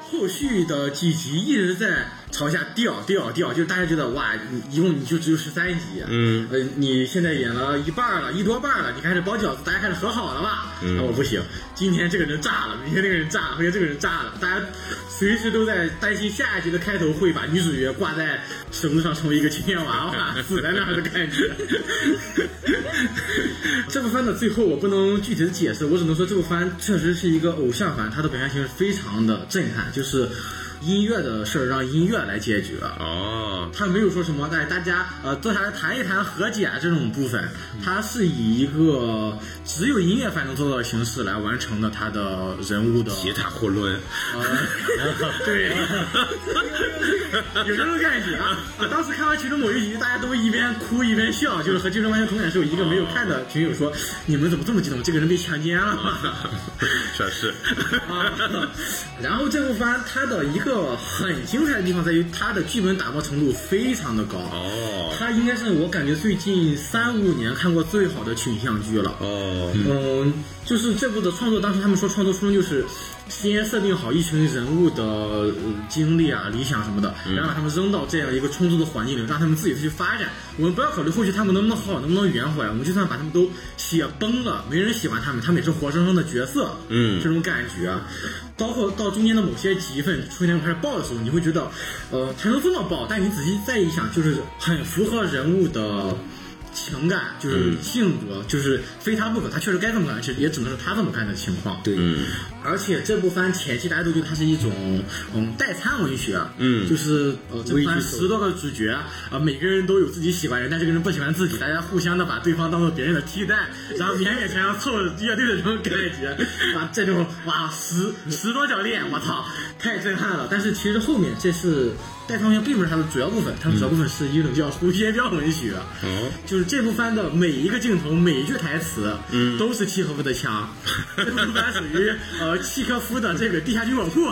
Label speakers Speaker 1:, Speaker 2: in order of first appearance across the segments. Speaker 1: 后续的几集一直在朝下掉掉掉，就是大家觉得哇，你一共你就只有十三集，
Speaker 2: 嗯，
Speaker 1: 呃，你现在演了一半了，一多半了，你开始包饺子，大家开始和好了吧？
Speaker 2: 嗯
Speaker 1: 啊我不行，今天这个人炸了，明天那个人炸了，后天这个人炸了，大家随时都在担心下一集的开头会把女主角挂在绳子上成为一个青年娃娃死在那儿的感觉。这部番的最后我不能具体的解释，我只能说这部番确实是一个偶像番，它的表现形式非常的震撼，就是音乐的事儿让音乐来解决。
Speaker 2: 哦，
Speaker 1: 他没有说什么，哎，大家呃坐下来谈一谈和解啊这种部分，他是以一个只有音乐才能做到的形式来完成的他的人物的。
Speaker 2: 吉他囫囵，
Speaker 1: 对， 有这种感觉啊！啊当时看完其中某一集，大家都一边哭一边笑，就是和《精神完全同感》时候，一个没有看的群友说：“你们怎么这么激动？这个人被强奸了 吗？”
Speaker 2: 这是，
Speaker 1: 啊，然后这部番它的一个很精彩的地方在于它的剧本打磨程度非常的高。
Speaker 2: 哦
Speaker 1: 它应该是我感觉最近三五年看过最好的群像剧了。
Speaker 2: 哦，
Speaker 1: 嗯，就是这部的创作，当时他们说创作初衷就是先设定好一群人物的、呃经历啊、理想什么的，然后把他们扔到这样一个充足的环境里，让他们自己去发展。我们不要考虑后续他们能不能好，能不能圆回来，我们就算把他们都写崩了，没人喜欢他们，他们也是活生生的角色。
Speaker 2: 嗯
Speaker 1: 这种感觉。啊包括到中间的某些集份出现那种开始爆的时候，你会觉得，呃，才能这么爆。但你仔细再一想，就是很符合人物的情感，就是性格，就是非他不可。他确实该这么干，而且也只能是他这么干的情况。
Speaker 3: 对，
Speaker 2: 嗯
Speaker 1: 而且这部番前期大家都觉得它是一种嗯代餐文学，
Speaker 2: 嗯
Speaker 1: 就是呃这部番
Speaker 3: 危机手
Speaker 1: 十多个主角啊、每个人都有自己喜欢人，但这个人不喜欢自己，大家互相的把对方当做别人的替代，然后勉勉强强凑乐队的这种感觉，啊这种哇十十多角恋，我操，太震撼了！但是其实后面这是代餐文学并不是它的主要部分，它的主要部分是一种叫蝴蝶标文学，啊
Speaker 2: 哦，
Speaker 1: 就是这部番的每一个镜头、每一句台词，嗯，都是契诃夫的枪。 这部番属于呃契诃夫的这个地下军火库，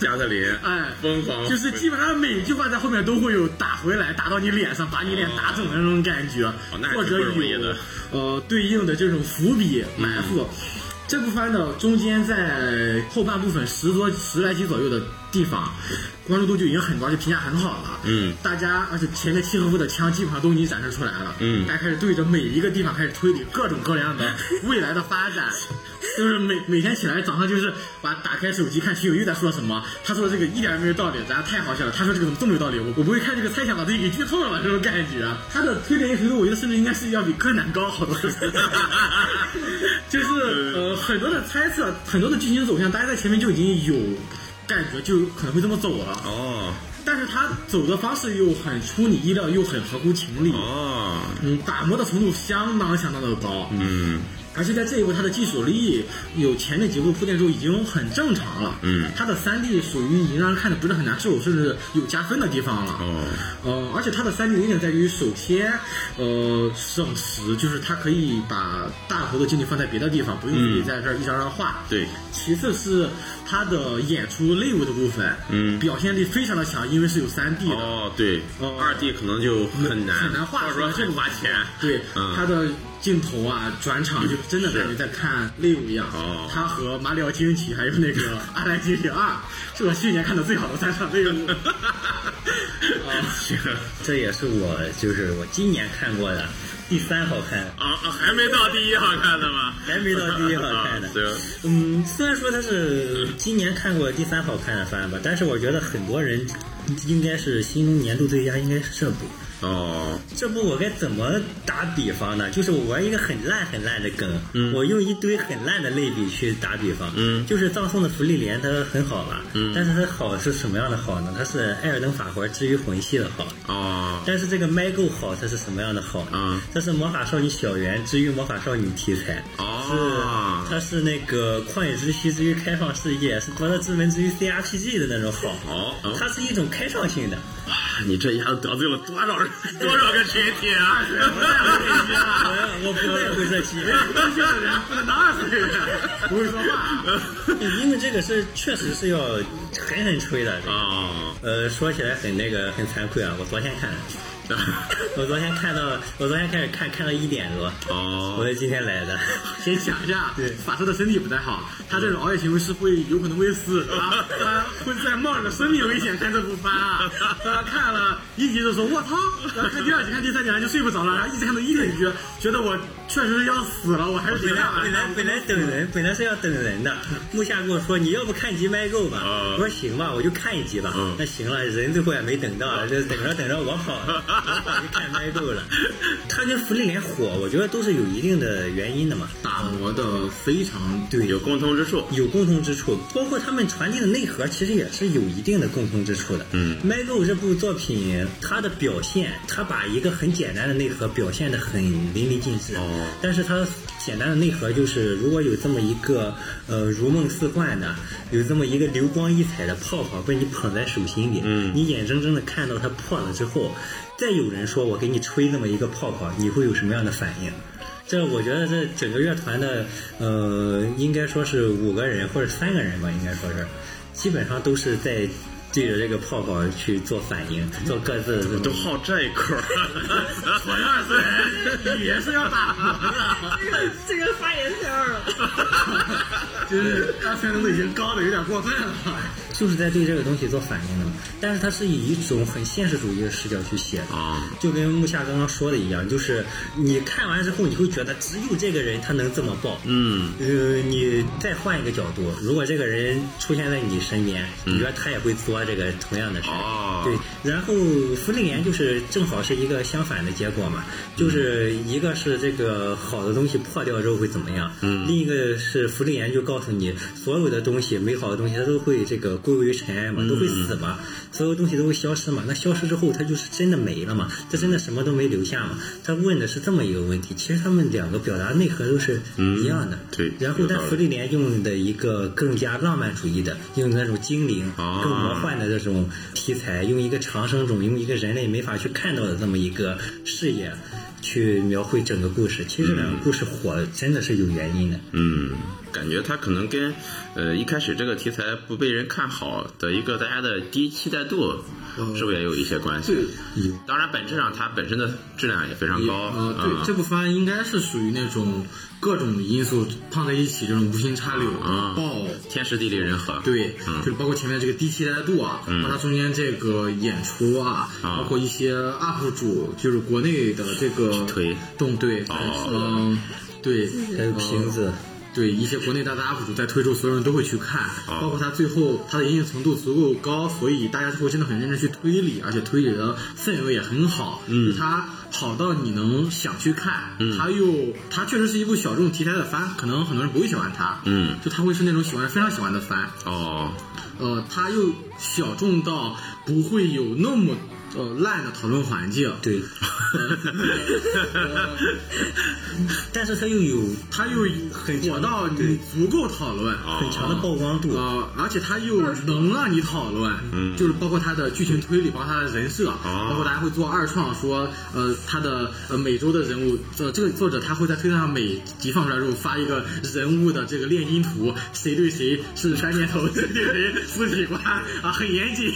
Speaker 2: 加特林，
Speaker 1: 哎，
Speaker 2: 疯狂
Speaker 1: 就是基本上每句话在后面都会有打回来，打到你脸上，把你脸打肿的那种感觉，
Speaker 2: 哦那还
Speaker 1: 或
Speaker 2: 挺
Speaker 1: 者
Speaker 2: 不容易
Speaker 1: 有
Speaker 2: 的嗯
Speaker 1: 呃对应的这种伏笔埋伏。这部番的中间在后半部分十多十来集左右的地方，关注度就已经很高，就评价很好了。
Speaker 2: 嗯，
Speaker 1: 大家而且前面契诃夫的枪基本上都已经展示出来了。
Speaker 2: 嗯
Speaker 1: 大家开始对着每一个地方开始推理各种各样的未来的发展，就是每每天起来早上就是把打开手机看群友又在说什么，他说的这个一点儿没有道理，咱太好笑了，他说这个怎么这么有道理，我我不会看这个猜想把自己给剧透了吧这种感觉。啊他的推理程度，我觉得甚至应该是要比柯南高好多。就是
Speaker 2: 嗯
Speaker 1: 呃很多的猜测，很多的剧情走向，大家在前面就已经有感觉，就可能会这么走了。
Speaker 2: 哦
Speaker 1: 但是他走的方式又很出你意料，又很合乎情理，
Speaker 2: 哦，
Speaker 1: 嗯，打磨的程度相当相当的高，
Speaker 2: 嗯
Speaker 1: 而且在这一步他的技术力有前面几部铺垫之后已经很正常了，
Speaker 2: 嗯
Speaker 1: 他的三 D 属于已经让人看的不是很难受，甚至有加分的地方了，
Speaker 2: 哦
Speaker 1: 呃，而且它的三 D 的优点在于，首先，呃，省时，就是它可以把大头的精力放在别的地方，不用
Speaker 2: 嗯
Speaker 1: 自己在这儿一张张画。
Speaker 2: 对。
Speaker 1: 其次是它的演出内务的部分，
Speaker 2: 嗯
Speaker 1: 表现力非常的强，因为是有三 D 的。
Speaker 2: 哦，对，
Speaker 1: 哦
Speaker 2: 二 D 可能就很难，
Speaker 1: 很难画出
Speaker 2: 或
Speaker 1: 来
Speaker 2: 者说很花钱。
Speaker 1: 对，
Speaker 2: 嗯
Speaker 1: 它的镜头啊，转场就真的感觉在看内务一样。
Speaker 2: 哦
Speaker 1: 它和马里奥惊奇还有那个《阿兰惊奇二》，是我去年看的最好的三场内务。
Speaker 2: 哦
Speaker 1: 啊
Speaker 3: 这也是我就是我今年看过的第三好看，
Speaker 2: 啊啊，还没到第一好看的吗？
Speaker 3: 还没到第一好看的
Speaker 2: 啊行，
Speaker 3: 嗯，虽然说它是今年看过第三好看的番吧，但是我觉得很多人应该是新年度最佳应该是这部。
Speaker 2: 哦，
Speaker 3: 这部我该怎么打比方呢？就是我玩一个很烂很烂的梗，我用一堆很烂的类比去打比方，
Speaker 2: 嗯
Speaker 3: 就是葬送的福利莲它很好吧，
Speaker 2: 嗯
Speaker 3: 但是它好是什么样的好呢？它是艾尔登法环治愈魂系的好，
Speaker 2: 哦，
Speaker 3: 但是这个 MyGo 好它是什么样的好呢？
Speaker 2: 嗯
Speaker 3: 它是魔法少女小圆治愈魔法少女题材，
Speaker 2: 哦
Speaker 3: 是它是那个旷野之息之于开放世界，是博德之门之于 CRPG 的那种好，
Speaker 2: 哦哦
Speaker 3: 它是一种开创性的，
Speaker 2: 啊你这一下子得罪了多少人，多少个群体啊？
Speaker 3: 我我不在乎 这 些。
Speaker 1: 真正的人不能当二次元，不会说话。
Speaker 3: 因为这个是确实是要狠狠吹的。
Speaker 2: 啊，
Speaker 3: 呃，说起来很那个很惭愧啊，我昨天看， 我昨天看到，我昨天开始看，看到一点多，我
Speaker 2: 哦，
Speaker 3: 是今天来的。
Speaker 1: 先讲一下，
Speaker 3: 对
Speaker 1: 法师的身体不太好，他这种熬夜行为是会有可能会死的。他
Speaker 4: 会在冒着生命危险看这部番啊！大家看了一集就说我操，然后看第二集、看第三集然后就睡不着了，然后一直看到一点局，觉得我确实是要死了，我
Speaker 2: 啊
Speaker 4: 还是得
Speaker 3: 本来
Speaker 4: 看完
Speaker 3: 本来本来等人，本来是要等人的。木下跟我说：“你要不看集麦够吧？”
Speaker 2: 啊
Speaker 3: 我说：“行吧，我就看一集吧。
Speaker 2: 嗯
Speaker 3: 那行了，人最后也没等到，就等着等着我跑 了，我跑去看麦够了。他跟福利莲火，我觉得都是有一定的原因的嘛，
Speaker 1: 打磨的非常对，
Speaker 2: 有共通之处。
Speaker 3: 有共通之处，包括他们传递的内核，其实也是有一定的共通之处的。
Speaker 2: 嗯
Speaker 3: 麦够这部作品，它的表现，它把一个很简单的内核表现的很淋漓尽致。
Speaker 2: 哦
Speaker 3: 但是它简单的内核就是，如果有这么一个呃如梦似幻的，有这么一个流光溢彩的泡泡被你捧在手心里，
Speaker 2: 嗯
Speaker 3: 你眼睁睁的看到它破了之后，再有人说我给你吹那么一个泡泡，你会有什么样的反应？这我觉得这整个乐团的呃，应该说是五个人或者三个人吧，应该说是，基本上都是在对着这个泡泡去做反应，做各自的这种
Speaker 2: 都好这一口儿，
Speaker 4: 纯二次元语言是要打磨的，
Speaker 5: 这个这个发言太二了。
Speaker 4: 就是二次元浓度已经高的有点过分了。
Speaker 3: 就是在对这个东西做反应的嘛。但是它是以一种很现实主义的视角去写的，
Speaker 2: 啊
Speaker 3: 就跟木下刚刚说的一样，就是你看完之后，你会觉得只有这个人他能这么爆。
Speaker 2: 嗯，
Speaker 3: 呃，你再换一个角度，如果这个人出现在你身边，你觉得他也会做这个同样的事儿。
Speaker 2: 嗯哦
Speaker 3: 对，然后福利莲就是正好是一个相反的结果嘛，就是一个是这个好的东西破掉之后会怎么样，
Speaker 2: 嗯
Speaker 3: 另一个是福利莲就告诉你，所有的东西美好的东西它都会这个归为尘埃嘛，都会死嘛，
Speaker 2: 嗯
Speaker 3: 所有东西都会消失嘛。那消失之后，它就是真的没了嘛，它真的什么都没留下嘛。他问的是这么一个问题，其实他们两个表达内核都是一样的。
Speaker 2: 嗯对
Speaker 3: 然后
Speaker 2: 有
Speaker 3: 但
Speaker 2: 道理
Speaker 3: 福利莲用的一个更加浪漫主义的，用那种精灵、
Speaker 2: 啊
Speaker 3: 更魔幻。换的这种题材，用一个长生种，用一个人类没法去看到的这么一个视野去描绘整个故事。其实这两个故事火真的是有原因的。
Speaker 2: 嗯，感觉他可能跟呃一开始这个题材不被人看好的一个大家的低期待度，
Speaker 3: 哦
Speaker 2: 是不是也有一些关系？当然本质上它本身的质量也非常高。
Speaker 1: 嗯，
Speaker 3: 呃
Speaker 1: 对，这部番应该是属于那种各种因素放在一起这种无心插柳
Speaker 2: 啊
Speaker 1: 爆。
Speaker 2: 天时地利人和。
Speaker 1: 对，
Speaker 2: 嗯
Speaker 1: 就是包括前面这个低期待度啊，
Speaker 2: 嗯
Speaker 1: 包括它中间这个演出啊，包
Speaker 2: 啊
Speaker 1: 括一些 UP 主，就是国内的这个
Speaker 2: 推
Speaker 1: 动对，
Speaker 2: 哦
Speaker 1: 嗯，对，呃
Speaker 3: 还有瓶子，
Speaker 1: 对一些国内大的 UP 主在推出，所有人都会去看，
Speaker 2: 哦
Speaker 1: 包括它最后它的营运程度足够高，所以大家会真的很认真去推理，而且推理的氛围也很好，
Speaker 2: 嗯
Speaker 1: 它好到你能想去看，
Speaker 2: 嗯
Speaker 1: 它又它确实是一部小众题材的番，可能很多人不会喜欢它，
Speaker 2: 嗯
Speaker 1: 就它会是那种喜欢非常喜欢的番，
Speaker 2: 哦，
Speaker 1: 呃，它又小众到不会有那么呃烂的讨论环 境，呃
Speaker 3: 对，但是它又有
Speaker 1: 它又
Speaker 3: 很
Speaker 1: 火到你足够讨论，
Speaker 2: 哦
Speaker 3: 很强的曝光
Speaker 2: 啊
Speaker 3: 度。
Speaker 1: 呃，而且它又能让你讨论，
Speaker 2: 嗯
Speaker 1: 就是包括它的剧情推理，包括它的人设，
Speaker 2: 哦
Speaker 1: 包括大家会做二创，说呃它的呃每周的人物，呃这个作者他会在推特上每集放出来之后发一个人物的这个炼金图，谁对谁是三箭头，谁对谁是死体官啊，很严谨，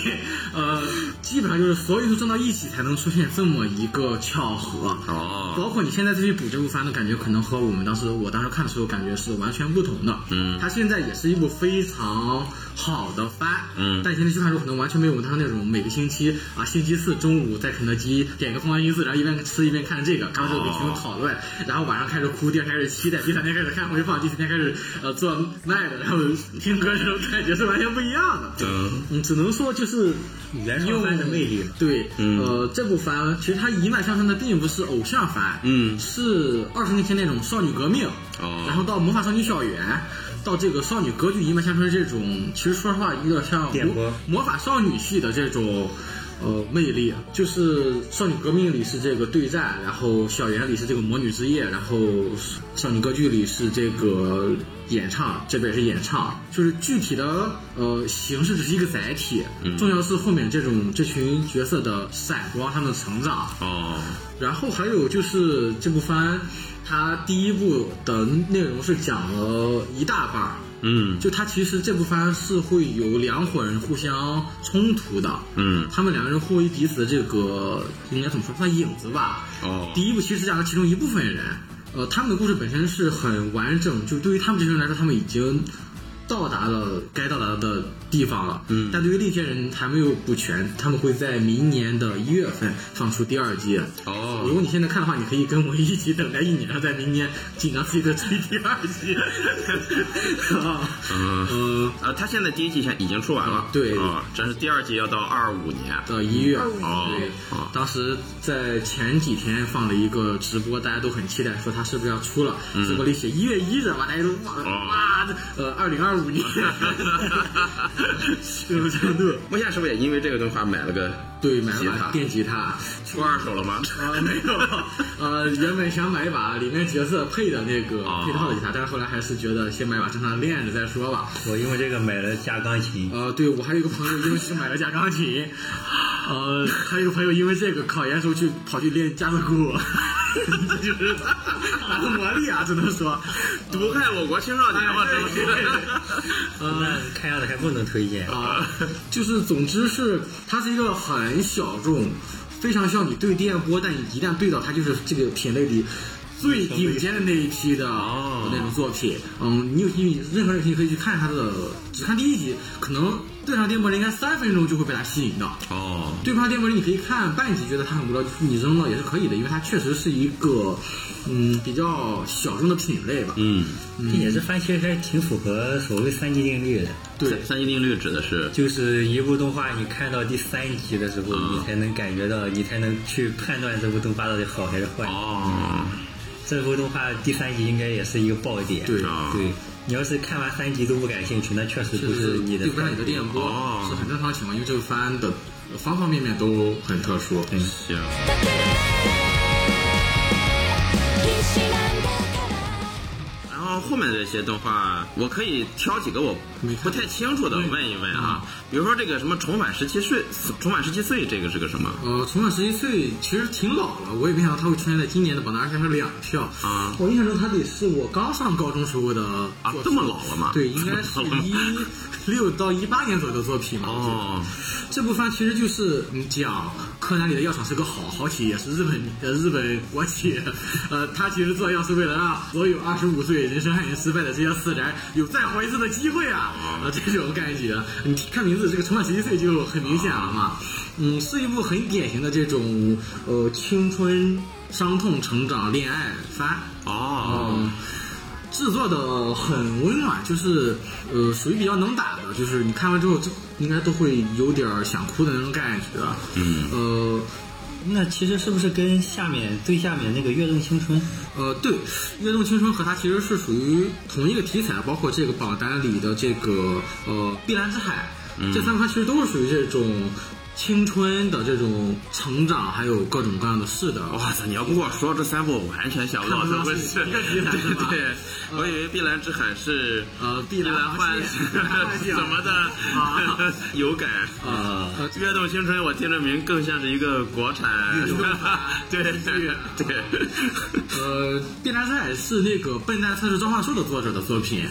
Speaker 1: 呃，基本上就是所有因素撞到一起才能出现这么一个巧合，
Speaker 2: 哦
Speaker 1: 包括你现在再去补这部番的感觉，可能和我们当时我当时看的时候感觉是完全不同的。
Speaker 2: 嗯
Speaker 1: 它现在也是一部非常好的番。
Speaker 2: 嗯
Speaker 1: 但你现在去看的时候，可能完全没有我们当时那种每个星期啊，星期四中午在肯德基点个凤凰英四，然后一边吃一边看这个，看完之后跟群
Speaker 2: 哦
Speaker 1: 众讨论，然后晚上开始哭，第二天开始期待，第三天开始看回放，第四天开始呃做卖的，然后听歌这种感觉是完全不一样的。
Speaker 2: 嗯
Speaker 1: 嗯，只能说就是
Speaker 3: 原创番的魅力嘛
Speaker 1: 对，
Speaker 2: 嗯
Speaker 1: 呃，这部番其实它一脉相承的并不是偶像番，
Speaker 2: 嗯
Speaker 1: 是二十年前那种少女革命，
Speaker 2: 哦
Speaker 1: 然后到魔法少女校园，到这个少女歌剧一脉相承的这种，其实说实话有点像
Speaker 3: 电波
Speaker 1: 魔魔法少女系的这种。呃，魅力就是少女革命里是这个对战，然后校园里是这个魔女之夜，然后少女歌剧里是这个演唱，这边也是演唱，就是具体的呃形式只是一个载体，
Speaker 2: 嗯
Speaker 1: 重要是后面这种这群角色的闪光，他们的成长，
Speaker 2: 哦
Speaker 1: 然后还有就是这部番，它第一部的内容是讲了一大半儿，
Speaker 2: 嗯
Speaker 1: 就它其实这部番是会有两伙人互相冲突的，
Speaker 2: 嗯
Speaker 1: 他们两个人互为彼此的这个应该怎么说算影子吧。
Speaker 2: 哦
Speaker 1: 第一部其实讲了其中一部分人，呃，他们的故事本身是很完整，就对于他们这些人来说，他们已经到达了该到达的地方了。嗯，但对于猎天人还没有补全，他们会在明年的一月份放出第二季。
Speaker 2: 哦
Speaker 1: 如果你现在看的话，你可以跟我一起等待一年，在明年紧张兮兮的追第二季。啊，
Speaker 2: 嗯
Speaker 1: 呃，
Speaker 2: 啊，他现在第一季已经出完了，
Speaker 1: 对
Speaker 2: 啊，但是第二季要到二五年，
Speaker 1: 到一月。
Speaker 2: 哦
Speaker 1: 对，
Speaker 2: 啊，
Speaker 1: 当时在前几天放了一个直播，大家都很期待，说它是不是要出了。结果里写一月一日吧，大家都哇
Speaker 2: 嗯哦
Speaker 1: 哇，呃，二零二五年， 这种程度。
Speaker 2: 木下是不是也因为这个动画买了个
Speaker 1: 对，买
Speaker 2: 吉
Speaker 1: 了把
Speaker 2: 他？
Speaker 1: 电吉他，
Speaker 2: 出二手了吗？
Speaker 1: 啊，没有，呃，原本想买一把里面角色配的那个
Speaker 2: 哦
Speaker 1: 配套的吉他，但是后来还是觉得先买把正常练着再说吧。
Speaker 3: 我因为这个买了架钢琴，
Speaker 2: 啊
Speaker 1: 呃，对我还有一个朋友因为去买了架钢琴，呃，还有一个朋友因为这个考研时候去跑去练架子鼓，这 就是打个魔力啊，只能说，
Speaker 2: 毒害哎我国青少年嘛，这不是？
Speaker 1: 呃。
Speaker 3: 那看样子还不能推荐。
Speaker 1: 啊， 就是总之是它是一个很小众，非常像你对电波，但你一旦对到它，就是这个品类里。最顶尖的那一批的那种作品，嗯，你有兴趣，任何人你可以去看它的，只看第一集，可能对上电波人应该三分钟就会被它吸引到。
Speaker 2: 哦，
Speaker 1: 对抗电波人你可以看半集，觉得它很无聊，你扔了也是可以的，因为它确实是一个，嗯，比较小众的品类吧。
Speaker 2: 嗯，
Speaker 3: 并且这番其实还挺符合所谓三级定律的，
Speaker 1: 对，
Speaker 2: 三级定律指的是
Speaker 3: 就是一部动画你看到第三集的时候，
Speaker 2: 嗯
Speaker 3: 你才能感觉到，你才能去判断这部动画到底好还是坏。
Speaker 2: 哦，
Speaker 3: 这部动画第三集应该也是一个爆点。
Speaker 1: 对
Speaker 2: 啊
Speaker 3: 对，你要是看完三集都不感兴趣，那确实
Speaker 1: 就
Speaker 3: 不
Speaker 1: 是
Speaker 3: 你的
Speaker 1: 对不上你的电波、
Speaker 2: 哦
Speaker 1: 是很正常情况，因为这个番的呃方方面面都很特殊。
Speaker 3: 对
Speaker 2: 行，然后后面这些动画，我可以挑几个我不太清楚的
Speaker 1: 嗯
Speaker 2: 问一问啊，比如说这个什么重返十七岁，重返十七岁这个是个什么？
Speaker 1: 呃，重返十七岁其实挺老了，我也没想到它会出现在今年的榜单二三上两票。
Speaker 2: 啊
Speaker 1: 我印象中它得是我刚上高中时候的
Speaker 2: 啊
Speaker 1: 作品
Speaker 2: 这么老了吗
Speaker 1: 对，应该是
Speaker 2: 这么 老了吗
Speaker 1: 一六到一八年左右的作品吧。我觉得
Speaker 2: 哦，
Speaker 1: 这部番其实就是你讲柯南里的药厂是个好好企业，是日本呃日本国企，呃，他其实做药是为了让所有二十五岁人生案件失败的这些死宅有再活一次的机会啊，啊、这种感觉。你看名字这个重返十七岁就很明显了嘛，嗯，是一部很典型的这种呃青春伤痛成长恋爱番。
Speaker 2: 哦，
Speaker 1: 嗯，制作的很温暖，就是呃属于比较能打的，就是你看完之后就应该都会有点儿想哭的那种感觉。啊
Speaker 2: 嗯，
Speaker 1: 呃
Speaker 3: 那其实是不是跟下面最下面那个《跃动青春》
Speaker 1: 呃，对，《跃动青春》和它其实是属于同一个题材，包括这个榜单里的这个呃《碧蓝之海》这三款其实都是属于这种。青春的这种成长，还有各种各样的事的，
Speaker 2: 哇塞！你要不跟我说这三部，我完全想不到怎么回事。
Speaker 1: 看不到是一个题材是吧
Speaker 2: 对 对，我以为《碧蓝之海》是
Speaker 1: 呃碧蓝啊
Speaker 2: 蓝幻
Speaker 1: 碧 蓝幻想
Speaker 2: 什么的
Speaker 1: 啊，
Speaker 2: 有感。
Speaker 1: 呃，呃
Speaker 2: 《跃动青春》，我听着名更像是一个国产
Speaker 1: 运动番，
Speaker 2: 对对
Speaker 1: 剧啊
Speaker 2: 对，
Speaker 1: 呃，变态赛是那个《笨蛋测试召唤兽》的作者的作品，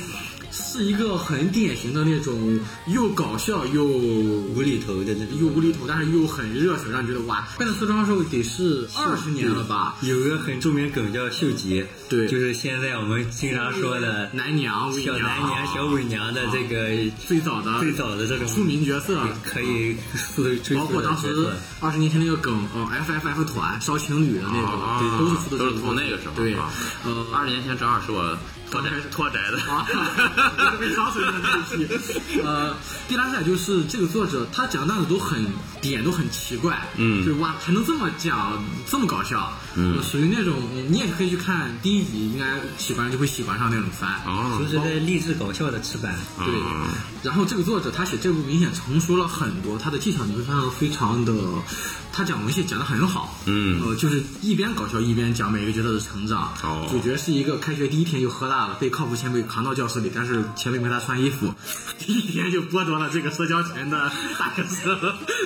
Speaker 1: 是一个很典型的那种又搞笑又
Speaker 3: 无厘头的那
Speaker 1: 又无厘头，但是又很热血，让你觉得哇，《笨蛋测试召唤兽》得是二十年了吧？
Speaker 3: 有个很著名梗叫秀吉，
Speaker 1: 对
Speaker 3: 就是现在我们经常说的
Speaker 1: 男娘、伪
Speaker 3: 小男啊娘、小伪娘的这个
Speaker 1: 最早的
Speaker 3: 最早的这种
Speaker 1: 出名角色。
Speaker 3: 可以追追
Speaker 1: 包
Speaker 3: 溯
Speaker 1: 括
Speaker 3: 的
Speaker 1: 当
Speaker 3: 角
Speaker 1: 时
Speaker 3: 色。
Speaker 1: 二十年前那个梗，呃，FFF 团烧情侣的那种，
Speaker 2: 啊
Speaker 1: 对，都是出自
Speaker 2: 都
Speaker 1: 这
Speaker 2: 是
Speaker 1: 个
Speaker 2: 从那个时候
Speaker 1: 对
Speaker 2: 啊，
Speaker 1: 呃，
Speaker 2: 二十年前正好是我脱宅脱宅的。
Speaker 1: 啊，
Speaker 2: 嗯
Speaker 1: 被烧死的那一批。呃，毕拉塞就是这个作者，他讲的段子都很点都很奇怪，
Speaker 2: 嗯
Speaker 1: 就是哇，还能这么讲，这么搞笑，
Speaker 2: 嗯
Speaker 1: 呃属于那种你也可以去看第一集，应该喜欢就会喜欢上那种番。
Speaker 2: 哦
Speaker 3: 同，时在励志搞笑的翅膀，
Speaker 1: 对
Speaker 2: 啊，
Speaker 1: 然后这个作者他写这部明显成熟了很多，他的技巧你会发现非常的，他讲文戏讲得很好，
Speaker 2: 嗯
Speaker 1: 呃，就是一边搞笑一边讲每个角色的成长。
Speaker 2: 哦
Speaker 1: 主角是一个开学第一天就喝大了，被靠谱前辈扛到教室里，但是前辈没他穿衣服， 第一天就剥夺了这个社交权的大学生。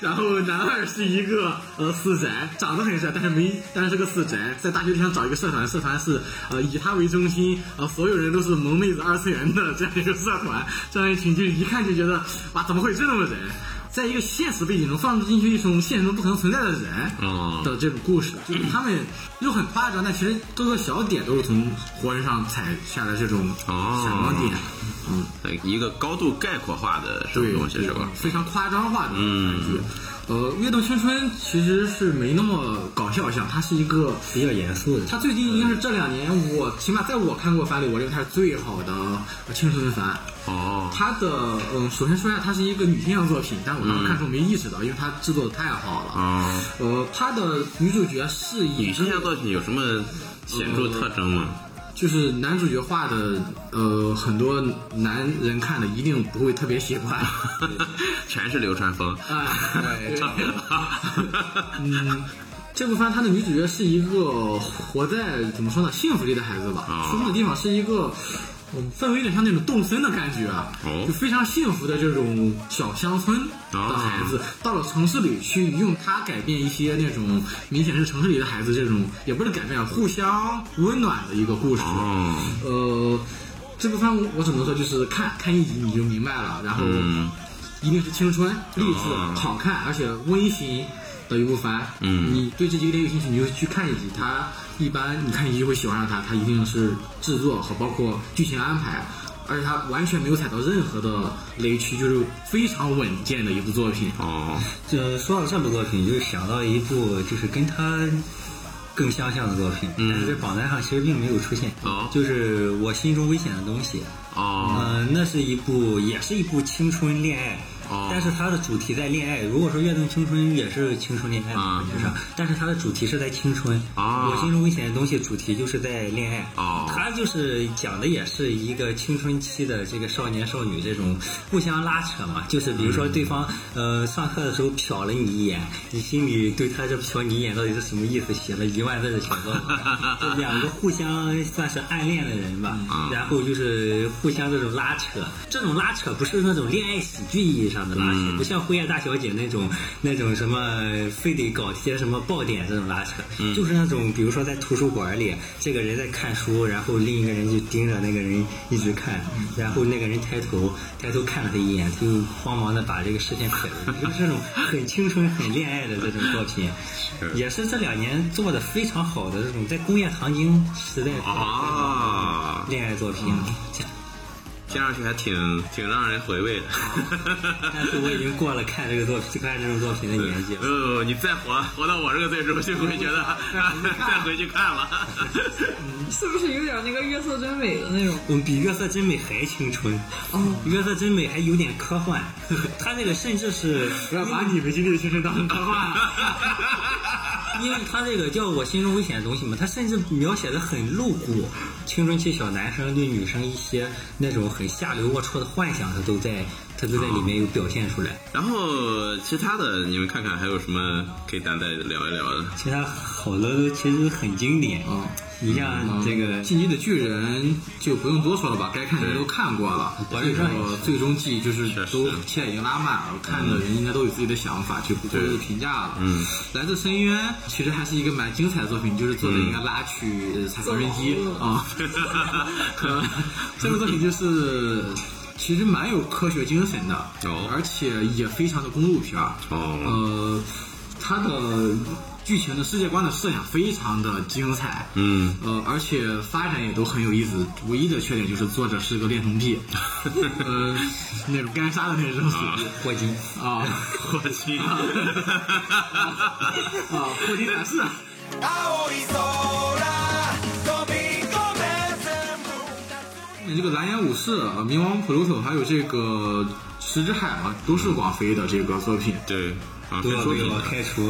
Speaker 1: 然后男二是一个呃死宅，长得很帅，但是没，但是是个死宅，在大学里想找一个社团，社团是呃以他为中心，呃所有人都是萌妹子二次元的这样一个社团，这样一群就是一看就觉得哇怎么会这种人？在一个现实背景中放置进去一种现实中不可能存在的人
Speaker 2: 哦
Speaker 1: 的这种故事，就是他们又很夸张，但其实各个小点都是从活人上踩下的这种
Speaker 2: 哦
Speaker 1: 闪光点，嗯，
Speaker 2: 一个高度概括化的什么
Speaker 1: 对，
Speaker 2: 东西是吧？
Speaker 1: 非常夸张化的感
Speaker 2: 嗯
Speaker 1: 觉。呃，《跃动青春》其实是没那么搞笑像，它是一个
Speaker 3: 比较严肃的。
Speaker 1: 他最近应该是这两年，我起码在我看过番里，我认为他是最好的呃青春番。
Speaker 2: 哦，
Speaker 1: 他的嗯，首先说一下，它是一个女性向作品，但我当时看的时候没意识到，因为它制作的太好了。
Speaker 2: 嗯啊，
Speaker 1: 呃，她的女主角是以
Speaker 2: 女性向作品有什么显著特征吗？
Speaker 1: 就是男主角画的，呃，很多男人看的一定不会特别喜 欢。
Speaker 2: 全是流川枫。
Speaker 1: 哎，对
Speaker 2: 嗯，
Speaker 1: 这部番它的女主角是一个活在怎么说呢幸福里的孩子吧
Speaker 2: 啊，
Speaker 1: 出没的地方是一个。嗯氛围有点像那种动森的感觉啊，
Speaker 2: 哦啊
Speaker 1: 就非常幸福的这种小乡村的孩子，到了城市里去，用它改变一些那种明显是城市里的孩子这种，也不是改变，啊，互相温暖的一个故事。
Speaker 2: 哦，
Speaker 1: 呃，这部番我我只能说就是看看一集你就明白了，然后
Speaker 2: 嗯，
Speaker 1: 一定是青春、励志、
Speaker 2: 哦
Speaker 1: 好看，而且温馨的一部番。
Speaker 2: 嗯
Speaker 1: 你对这几个点有兴趣，你就去看一集。它一般你看一集会喜欢上它，它一定是制作和包括剧情安排，而且它完全没有踩到任何的雷区，就是非常稳健的一部作品。
Speaker 2: 哦，
Speaker 3: 这说到这部作品，就是想到一部就是跟他更相像的作品，
Speaker 2: 嗯
Speaker 3: 但是在榜单上其实并没有出现。
Speaker 2: 哦
Speaker 3: 就是我心中危险的东西。
Speaker 2: 哦，
Speaker 3: 嗯，那是一部，也是一部青春恋爱，
Speaker 2: 哦
Speaker 3: 但是它的主题在恋爱。如果说《跃动青春》也是青春恋爱嘛
Speaker 2: 啊
Speaker 3: 本质上，但是它的主题是在青春。
Speaker 2: 啊
Speaker 3: 我心中危险的东西主题就是在恋爱。
Speaker 2: 哦
Speaker 3: 它就是讲的也是一个青春期的这个少年少女这种互相拉扯嘛，就是比如说对方、呃上课的时候瞟了你一眼，你心里对他这瞟你一眼到底是什么意思？写了一万字的小作文，就两个互相算是暗恋的人吧，
Speaker 2: 啊
Speaker 3: 然后就是互相这种拉扯，这种拉扯不是那种恋爱喜剧意义上的拉扯，
Speaker 2: 嗯
Speaker 3: 不像《辉夜大小姐》那种那种什么非得搞些什么爆点这种拉扯，就是那种比如说在图书馆里，这个人在看书，然后另一个人就盯着那个人一直看，然后那个人抬头抬头看了他一眼，就慌忙的把这个视线撇了，就是这种很青春、很恋爱的这种作品，也是这两年做的非常好的这种在工业糖精时代
Speaker 2: 啊
Speaker 3: 恋爱作品。
Speaker 2: 听上去还挺挺让人回味的。
Speaker 3: 但是我已经过了看这个作品、看这种作品的年纪
Speaker 2: 不
Speaker 3: 了。
Speaker 2: 不不，你再活活到我这个岁数，就会觉得再回去看了。
Speaker 5: 是不是有点那个月色真美的那种？
Speaker 3: 我们比月色真美还青春，
Speaker 5: 哦，
Speaker 3: 月色真美还有点科幻，它这个甚至是
Speaker 1: 不要把你们经历的青春当成科幻。
Speaker 3: 因为他这个叫我心中危险的东西嘛，他甚至描写的很露骨，青春期小男生对女生一些那种很下流龌龊的幻想，他都在他都在里面有表现出来。
Speaker 2: 然后其他的，你们看看还有什么可以咱再聊一聊的？
Speaker 3: 其他好多都其实都很经典，
Speaker 1: 嗯
Speaker 3: 你像这个
Speaker 1: 《进击的巨人》就不用多说了吧，该看的人都看过了。这
Speaker 3: 对
Speaker 1: 个最终季就是
Speaker 2: 确实嗯
Speaker 1: 都现在已经拉满了，看的人应该都有自己的想法，就不做
Speaker 2: 对
Speaker 1: 一个评价了。
Speaker 2: 嗯，
Speaker 1: 来自深渊其实还是一个蛮精彩的作品，就是做的一个拉去呃踩缝纫机
Speaker 2: 哦
Speaker 1: 啊。 呃这部作品就是其实蛮有科学精神的
Speaker 2: 哦，
Speaker 1: 而且也非常的公路片儿。
Speaker 2: 哦，
Speaker 1: 呃，它的剧情的世界观的设想非常的精彩，
Speaker 2: 嗯，
Speaker 1: 呃，而且发展也都很有意思。唯一的缺点就是作者是个恋童 癖，呃，那种干杀的那种属于
Speaker 3: 霍金，
Speaker 1: 啊
Speaker 2: 我去。
Speaker 1: 啊，霍金男士。
Speaker 6: 青い空飛び込め全部
Speaker 1: 这个蓝颜武士、呃冥王普鲁托，还有这个石之海啊，都是广飞的这个作品。
Speaker 2: 对，啊，
Speaker 3: 都要
Speaker 2: 说
Speaker 3: 被
Speaker 2: 你
Speaker 3: 我开除。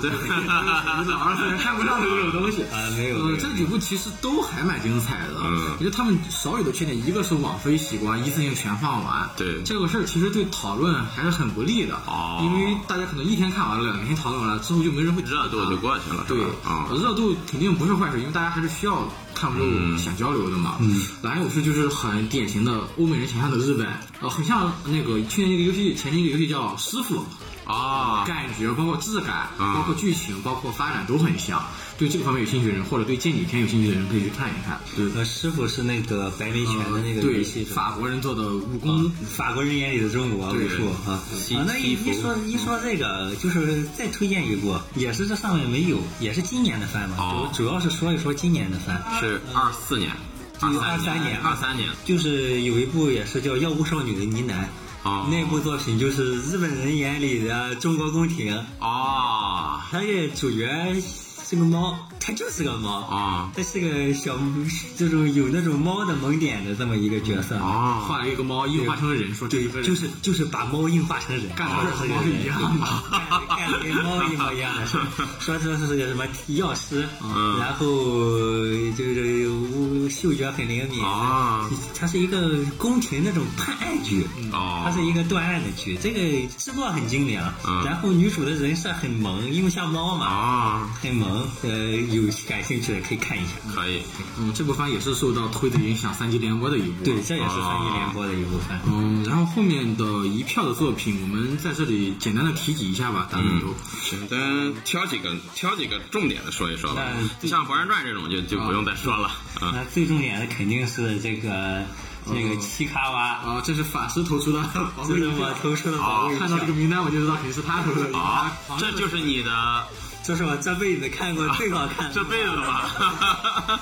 Speaker 1: 对，老二次元看不上的这种东西
Speaker 3: 啊没有没
Speaker 1: 呃
Speaker 3: 有，
Speaker 1: 这几部其实都还蛮精彩的。
Speaker 2: 嗯
Speaker 1: 我觉得他们少有的缺点，一个是网飞习惯一次性全放完，
Speaker 2: 对
Speaker 1: 这个事儿其实对讨论还是很不利的。
Speaker 2: 哦
Speaker 1: 因为大家可能一天看完了，两天讨论完了之后就没人会
Speaker 2: 热度就过去了，是
Speaker 1: 对
Speaker 2: 吧？啊，
Speaker 1: 热度肯定不是坏事，因为大家还是需要看肉、想交流的嘛。嗯，蓝武士就是很典型的欧美人想象的日本，呃，很像那个去年一个游戏，前年一个游戏叫《师傅》，
Speaker 2: 啊，
Speaker 1: 感觉包括质感、
Speaker 2: 啊
Speaker 1: 包括剧情、包括发展都很像。对这个方面有兴趣的人，或者对剑戟片有兴趣的人，可以去看一看。对
Speaker 3: 呃，师傅是那个白眉拳的啊那个
Speaker 1: 对
Speaker 3: 游戏，是吧
Speaker 1: 法国人做的武功
Speaker 3: 嗯，法国人眼里的中国武术啊
Speaker 2: 西
Speaker 3: 啊！那一
Speaker 2: 西嗯服
Speaker 3: 一说一说这个，就是再推荐一部，也是这上面没有，也是今年的番嘛。
Speaker 2: 哦
Speaker 3: 主主要是说一说今年的番，
Speaker 2: 是二四年，
Speaker 3: 就是
Speaker 2: 二
Speaker 3: 23年
Speaker 2: 二三年，
Speaker 3: 就是有一部也是叫《药物少女的呢喃》
Speaker 2: 哦
Speaker 3: 那部作品就是日本人眼里的中国宫廷，
Speaker 2: 哦
Speaker 3: 它这主角是个猫，它就是个猫
Speaker 2: 哦
Speaker 3: 它是个小这种有那种猫的萌点的这么一个角色。
Speaker 2: 哦，
Speaker 1: 画了一个猫，硬化成人，说这
Speaker 3: 对
Speaker 1: 一个，人
Speaker 3: 就是就是把猫硬化成人，啊
Speaker 1: 干的事儿和猫一样嘛
Speaker 3: 干干的跟猫一模一样的事儿，啊 说说是个什么药师，啊
Speaker 2: 嗯
Speaker 3: 然后就是呃嗅觉很灵敏
Speaker 2: 啊，
Speaker 3: 它是一个宫廷那种判案剧，
Speaker 2: 哦
Speaker 3: 它是一个断案的剧，这个制作很精良，
Speaker 2: 嗯
Speaker 3: 然后女主的人设很萌，因为像猫嘛，
Speaker 2: 哦，
Speaker 3: 很萌，呃，有感兴趣的可以看一下。
Speaker 2: 可以，
Speaker 1: 嗯，这部番也是受到推的影响，三级联播的一部。
Speaker 3: 对，这也是三一联播的一部分。
Speaker 1: 嗯，然后后面的一票的作品，我们在这里简单的提及一下
Speaker 3: 嗯
Speaker 1: 吧，大家都。
Speaker 2: 简单挑几个挑几个重点的说一说吧
Speaker 3: 嗯，对嗯
Speaker 2: 像《博人传》这种就就不用再说了啊。
Speaker 3: 那最重点的肯定是这个这个七卡哇，
Speaker 1: 啊，这是法师投 出的宝贵
Speaker 3: 这是
Speaker 1: 的一
Speaker 3: 我
Speaker 1: 票。
Speaker 3: 投出的宝贵
Speaker 1: 看到这个
Speaker 3: 票，
Speaker 1: 名单，我就知道肯定是他投的。
Speaker 2: 啊，这就是你的
Speaker 3: 这是我这辈子看
Speaker 1: 啊
Speaker 3: 过最好 看的。
Speaker 2: 这辈子了吧？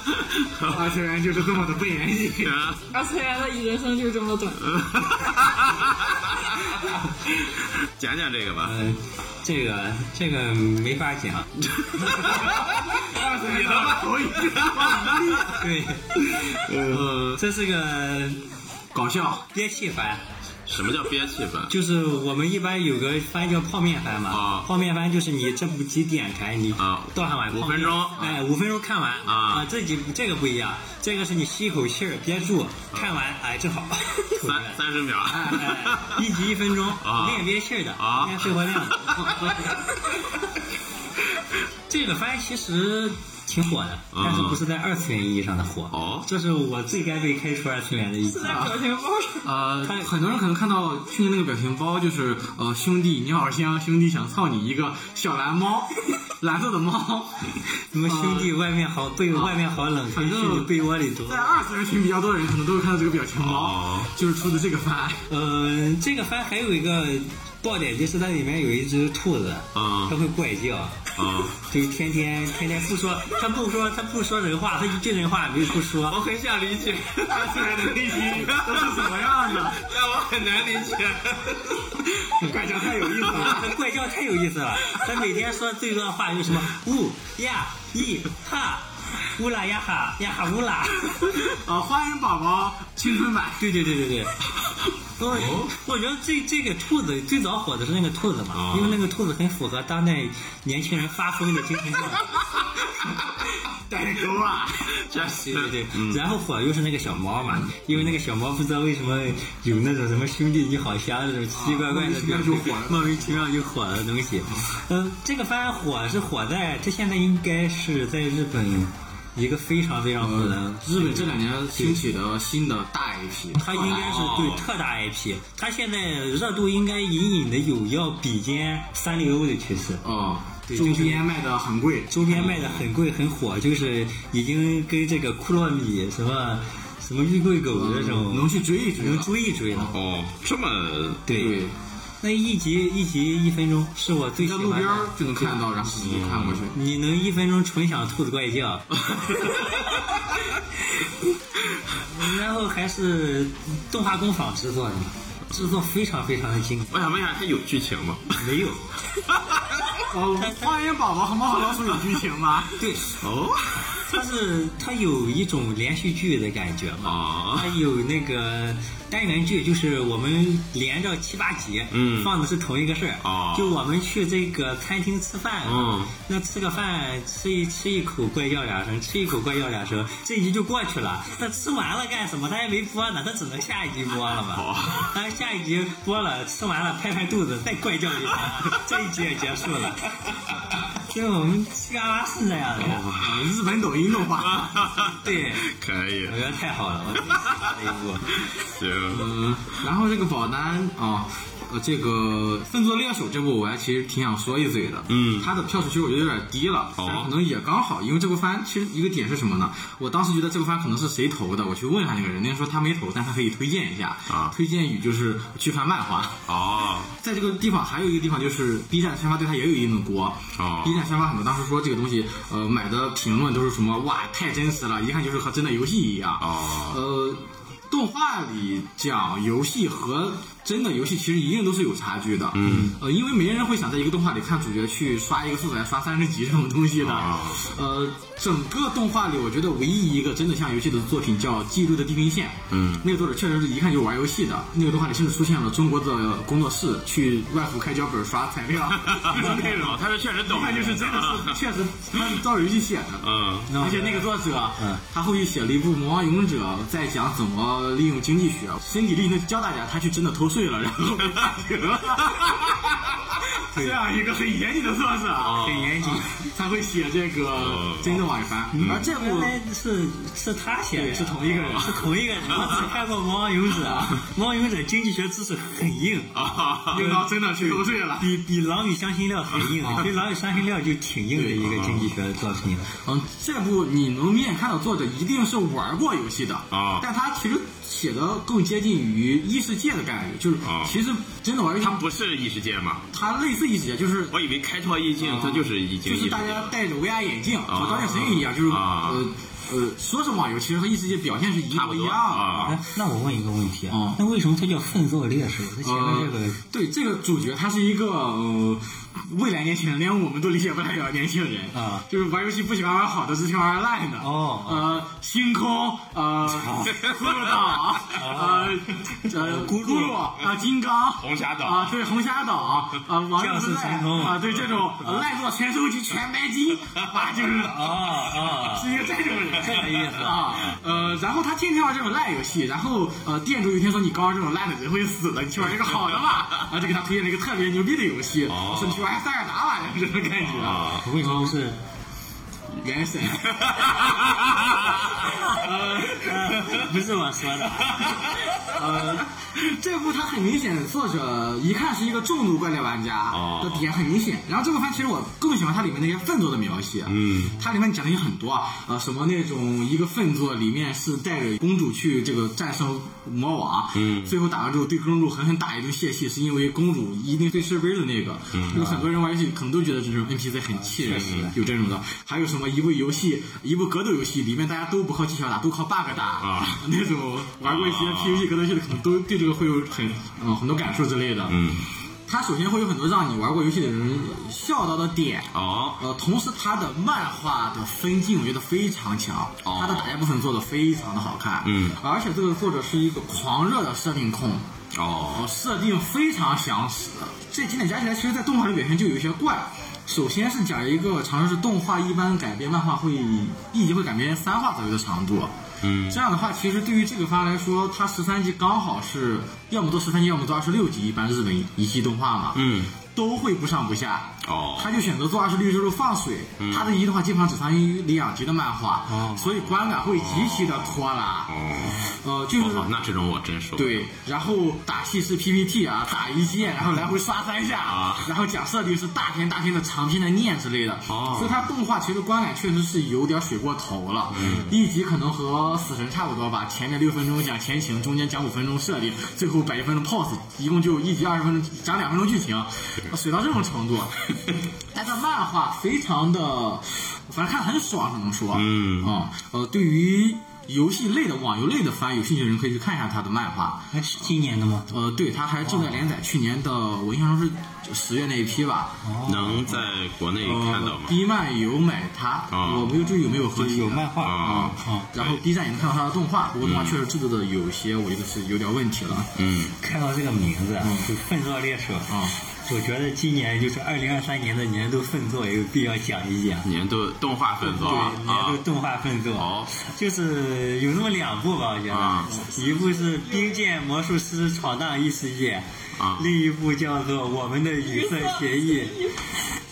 Speaker 1: 二次元啊就是这么的不严谨。
Speaker 5: 二次元的人生就是这么 短。
Speaker 2: 讲讲这个吧，
Speaker 3: 嗯，这个这个没法 讲。
Speaker 2: 你他妈头一个，
Speaker 3: 对，
Speaker 2: 呃，
Speaker 3: 这是个
Speaker 1: 搞笑，
Speaker 3: 憋气番，
Speaker 2: 什么叫憋气氛？
Speaker 3: 就是我们一般有个番叫泡面番嘛。
Speaker 2: 啊
Speaker 3: 泡面番就是你这部集点开，你
Speaker 2: 啊
Speaker 3: 倒上碗
Speaker 2: 五
Speaker 3: 泡面
Speaker 2: 分钟
Speaker 3: 哎，五分钟看完
Speaker 2: 啊
Speaker 3: 这集这个不一样，这个是你吸一口气儿憋住，看完哎正好。吐出来
Speaker 2: 三三十秒，
Speaker 3: 哎一集一分钟，练憋气儿的，
Speaker 2: 啊
Speaker 3: 练肺活量的。 这个番其实挺火的，但是不是在二次元意义上的火。
Speaker 2: 哦
Speaker 3: 这是我最该被开除二次元的一集
Speaker 5: 是。在表情包上，
Speaker 1: 呃，很多人可能看到去年那个表情包，就是呃，兄弟你好香，兄弟想操你一个小蓝猫， 蓝色的猫。
Speaker 3: 什么兄弟，外面好被外面好冷，回
Speaker 1: 反
Speaker 3: 去
Speaker 1: 正啊
Speaker 3: 你被窝里躲
Speaker 1: 在。二次元群比较多的人，可能都会看到这个表情包
Speaker 2: 哦，
Speaker 1: 就是出的这个番。
Speaker 3: 呃，这个番还有一个爆点，就是它里面有一只兔子，
Speaker 2: 嗯
Speaker 3: 它会怪叫。
Speaker 2: 啊，
Speaker 3: 就天天天天不说，它不说，它不说人话，它一句人话也没有不说。
Speaker 2: 我很想理解
Speaker 1: 二次元的内心都是什么样的？
Speaker 2: 但我很难理解。
Speaker 1: 怪叫太有意思了。
Speaker 3: 怪叫太有意思了，他每天说最多的话就是什么呜呀咿哈，乌啦呀哈呀哈乌啦。
Speaker 1: 啊，花园宝宝青春版，哦
Speaker 3: 对对对 对对。我我觉得这这个兔子最早火的是那个兔子嘛，
Speaker 2: 哦
Speaker 3: 因为那个兔子很符合当代年轻人发疯的精神状态。
Speaker 1: 代沟啊！嗯
Speaker 3: 对对对，然后火又是那个小猫嘛，因为那个小猫不知道为什么有那种什么兄弟你好香这种奇奇怪怪
Speaker 1: 啊
Speaker 3: 的
Speaker 1: 莫名其妙就火了
Speaker 3: 莫名其妙就火的东西。嗯，这个番火是火在这现在应该是在日本一个非常非常火的，
Speaker 1: 呃日本这两年兴起的新的大 IP，
Speaker 3: 它应该是对特大 IP，它现在热度应该隐隐的有要比肩三丽鸥的趋势。
Speaker 1: 哦，
Speaker 3: 对
Speaker 1: 周
Speaker 3: 就是
Speaker 1: 边卖的很贵，
Speaker 3: 周边卖的很贵很火，就是已经跟这个库洛米什么什么玉桂狗这种
Speaker 1: 嗯能去追一追了啊
Speaker 3: 能追一追了。
Speaker 2: 哦，这么
Speaker 3: 对，，那一集一集一分钟是我最
Speaker 1: 你
Speaker 3: 喜
Speaker 1: 在
Speaker 3: 欢
Speaker 1: 路边
Speaker 3: 的
Speaker 1: 儿。就能看到，然后你看过去。
Speaker 3: 你能一分钟纯享兔子怪叫， 然后还是动画工坊制作的，制作非常非常的精
Speaker 2: 我想问一下，它有剧情吗？
Speaker 3: 良，没有
Speaker 1: 哦，花园宝宝和猫和老鼠有剧情吗？
Speaker 3: 对，
Speaker 2: 哦，
Speaker 3: 它是它有一种连续剧的感觉嘛，
Speaker 2: 啊
Speaker 3: 它，有那个单元剧，就是我们连着七八集，
Speaker 2: 嗯
Speaker 3: 放的是同一个事儿，
Speaker 2: 哦
Speaker 3: 就我们去这个餐厅吃饭，啊
Speaker 2: 嗯，
Speaker 3: 那吃个饭，吃一吃一口怪叫两声，吃一口怪叫两声，这一集就过去了。那吃完了干什么？他还没播呢，他只能下一集播了嘛
Speaker 2: 哦。
Speaker 1: 啊
Speaker 3: 他下一集播了，吃完了拍拍肚子，再怪叫一声，这一集也结束了。所以我们七嘎哇是这样的，
Speaker 1: 呃日本抖音动画。
Speaker 3: 对，
Speaker 2: 可以
Speaker 3: 我，觉得太好了，我最喜欢的一部。
Speaker 2: 行，
Speaker 1: 嗯，然后这个保单啊、呃这个《粪作猎手》这部，我还其实挺想说一嘴的。
Speaker 2: 嗯
Speaker 1: 它的票数其实我觉得有点低了，
Speaker 2: 哦
Speaker 1: 但是可能也刚好，因为这部番其实一个点是什么呢？我当时觉得这部番可能是谁投的，我去问一下那个人，那人说他没投，但他可以推荐一下。
Speaker 2: 啊
Speaker 1: 推荐语就是去看漫画。
Speaker 2: 哦，
Speaker 1: 在这个地方还有一个地方就是 B 站宣发对它也有一定的锅。
Speaker 2: 哦
Speaker 1: B 站宣发很多当时说这个东西，呃，买的评论都是什么哇太真实了，一看就是和真的游戏一样。
Speaker 2: 哦
Speaker 1: 呃，动画里讲游戏和真的游戏其实一定都是有差距的。嗯，呃，因为没人会想在一个动画里看主角去刷一个素材刷三十集这种东西的。
Speaker 2: 哦
Speaker 1: 呃，整个动画里，我觉得唯一一个真的像游戏的作品叫《记录的地平线》。
Speaker 2: 嗯
Speaker 1: 那个作者确实是一看就是玩游戏的。那个动画里甚至出现了中国的工作室去外服开脚本刷材料， 就是那种
Speaker 2: 哦，他们确实懂，啊
Speaker 1: 一看就是真的是确实他们照游戏写的。
Speaker 2: 嗯，
Speaker 1: 而且那个作者，他后续写了一部《魔王勇者》，在讲怎么利用经济学、身体力行的教大家，他去真的偷税了，然后被判刑了。这样一个很严谨的作者，
Speaker 2: 很
Speaker 1: 严谨，才会写这个真正网番。 而这部
Speaker 3: 原来是是他写的，
Speaker 1: 对是啊同一个人
Speaker 3: 是同一个人。我只看过《魔王勇者》，《魔王勇者》经济学知识很硬，
Speaker 2: 啊，
Speaker 1: 领导真的去偷税了。
Speaker 3: 比比《狼与香辛料》很硬，所以《狼与香辛料》就挺硬的一个经济学作品。
Speaker 1: 嗯，这部你能明显看到作者一定是玩过游戏的
Speaker 2: 啊
Speaker 1: 但他其实写的更接近于异世界的概率，就是
Speaker 2: 啊
Speaker 1: 其实真的玩游戏
Speaker 2: 他，不是异世界吗？
Speaker 1: 他类似异世界，就是
Speaker 2: 我以为开拓意境，它就是已
Speaker 1: 啊就
Speaker 2: 经异世
Speaker 1: 是
Speaker 2: 界
Speaker 1: 大家戴着 VR 眼镜，
Speaker 2: 啊
Speaker 1: 和《刀剑神域》一样，就是
Speaker 2: 啊
Speaker 1: 呃呃，说是网游，其实和异世界表现是一
Speaker 2: 差
Speaker 1: 模
Speaker 2: 不
Speaker 1: 一
Speaker 2: 多
Speaker 1: 样
Speaker 2: 啊
Speaker 1: 的。
Speaker 3: 哎，那我问一个问题
Speaker 1: 嗯
Speaker 3: 啊，那为什么它叫粪作猎手？它前面这个
Speaker 1: 呃，对这个主角，他是一个呃未来年轻人，连我们都理解不了的年轻人
Speaker 3: 啊
Speaker 1: 就是玩游戏不喜欢玩好的，只喜欢玩烂的。
Speaker 3: 哦
Speaker 1: 呃，星空，呃，
Speaker 2: 哦
Speaker 1: 骷髅
Speaker 3: 哦
Speaker 1: 岛，呃，呃，
Speaker 3: 咕噜
Speaker 1: 咕噜啊，金刚，
Speaker 2: 红霞岛
Speaker 1: 啊，对，红霞岛，啊，王
Speaker 3: 降世
Speaker 1: 之赖
Speaker 3: 神通
Speaker 1: 啊，对这种呃赖座全收集全白金，啊，就是
Speaker 3: 啊啊，
Speaker 1: 是一个这种人，
Speaker 3: 这个意思
Speaker 1: 啊。呃，然后他天天玩这种烂游戏，然后呃，店主有一天说你搞玩这种烂的人会死的，你去玩这个好的吧。 然后就给他推荐了一个特别牛逼的游戏，
Speaker 2: 哦
Speaker 1: 说你去玩塞尔达吧，就是这种感觉。
Speaker 2: 啊
Speaker 3: 为什么是？
Speaker 1: 原 神。
Speaker 3: 不是我说的，
Speaker 1: 呃， 这部它很明显，作者一看是一个重度怪猎玩家
Speaker 2: 哦
Speaker 1: 的点很明显。然后这个番其实我更喜欢它里面那些粪作的描写，
Speaker 2: 嗯，
Speaker 1: 它里面讲的也很多啊，呃，什么那种一个粪作里面是带着公主去这个战胜魔王，
Speaker 2: 嗯
Speaker 1: 最后打完之后对公主狠狠打一顿泄气，是因为公主一定对设备的那个，嗯，有很多人玩游戏可能都觉得这种 NPC 很气人，有这种的。还有什么一部游戏，一部格斗游戏里面大家都不靠技巧打，都靠 bug 打
Speaker 2: 啊，
Speaker 1: 那种玩过一些
Speaker 2: 啊
Speaker 1: PVP 格斗游戏的，可能都对这个会有很嗯很多感受之类的。
Speaker 2: 嗯，
Speaker 1: 它首先会有很多让你玩过游戏的人笑到的点，
Speaker 2: 哦
Speaker 1: 呃，同时它的漫画的分镜我觉得非常强，
Speaker 2: 哦
Speaker 1: 它的打架部分做的非常的好看，
Speaker 2: 嗯
Speaker 1: 而且这个作者是一个狂热的设定控，
Speaker 2: 哦
Speaker 1: 哦，设定非常详实，这几点加起来，其实，在动画里表现就有一些怪。首先是讲一个常识是动画一般改编漫画会一集会改编三话左右的长度，
Speaker 2: 嗯
Speaker 1: 这样的话，其实对于这个番来说，它十三集刚好是要么做十三集，要么做二十六集，一般日本一季动画嘛，
Speaker 2: 嗯
Speaker 1: 都会不上不下。
Speaker 2: 哦
Speaker 1: 他就选择做二十六之后放水，
Speaker 2: 嗯
Speaker 1: 他的一的话基本上只相当于两集的漫画，
Speaker 3: 哦
Speaker 1: 所以观感会极其的拖拉。
Speaker 2: 哦，
Speaker 1: 呃，就是
Speaker 2: 哦那这种我真受不了
Speaker 1: 对，然后打戏是 PPT 啊，打一键，然后来回刷三下，
Speaker 2: 啊
Speaker 1: 然后讲设定是大篇大篇的长篇的念之类的，
Speaker 2: 哦
Speaker 1: 所以它动画其实观感确实是有点水过头了，
Speaker 2: 嗯
Speaker 1: 一集可能和死神差不多吧，前面六分钟讲前情，中间讲五分钟设 定，最后摆一分钟 pose，一共就一集二十分钟，讲两分钟剧 情，啊水到这种程度，但是漫画非常的，反正看得很爽，只能说，
Speaker 2: 嗯
Speaker 1: 啊、呃，对于。游戏类的网游类的番，有兴趣的人可以去看一下他的漫画。
Speaker 3: 还是今年的吗？
Speaker 1: 呃，对，它还正在连载，去年的我印象中是十月那一批吧。
Speaker 2: 能在国内看到
Speaker 1: 呃
Speaker 2: 吗？
Speaker 1: ，B 站有买它，
Speaker 2: 啊
Speaker 1: 我没有注意有没有合
Speaker 3: 就
Speaker 1: 集
Speaker 3: 是
Speaker 1: 的
Speaker 3: 有漫画
Speaker 1: 啊
Speaker 2: 啊，
Speaker 3: 啊
Speaker 1: 然后 B 站也能看到它的动画，不过动画确实制作的有些，我觉得是有点问题了。
Speaker 2: 嗯
Speaker 3: 看到这个名字，啊就粪作猎手
Speaker 1: 啊，
Speaker 3: 我觉得今年就是二零二三年的年度粪作，有必要讲一讲。
Speaker 2: 年度动画粉丝啊
Speaker 3: 对，年
Speaker 2: 啊
Speaker 3: 度动画奋斗，
Speaker 2: 好
Speaker 3: 就是有那么两部吧，我觉得，
Speaker 2: 啊
Speaker 3: 一部是《冰剑魔术师闯荡异世界》，
Speaker 2: 啊
Speaker 3: 另一部叫做《我们的语色协议》。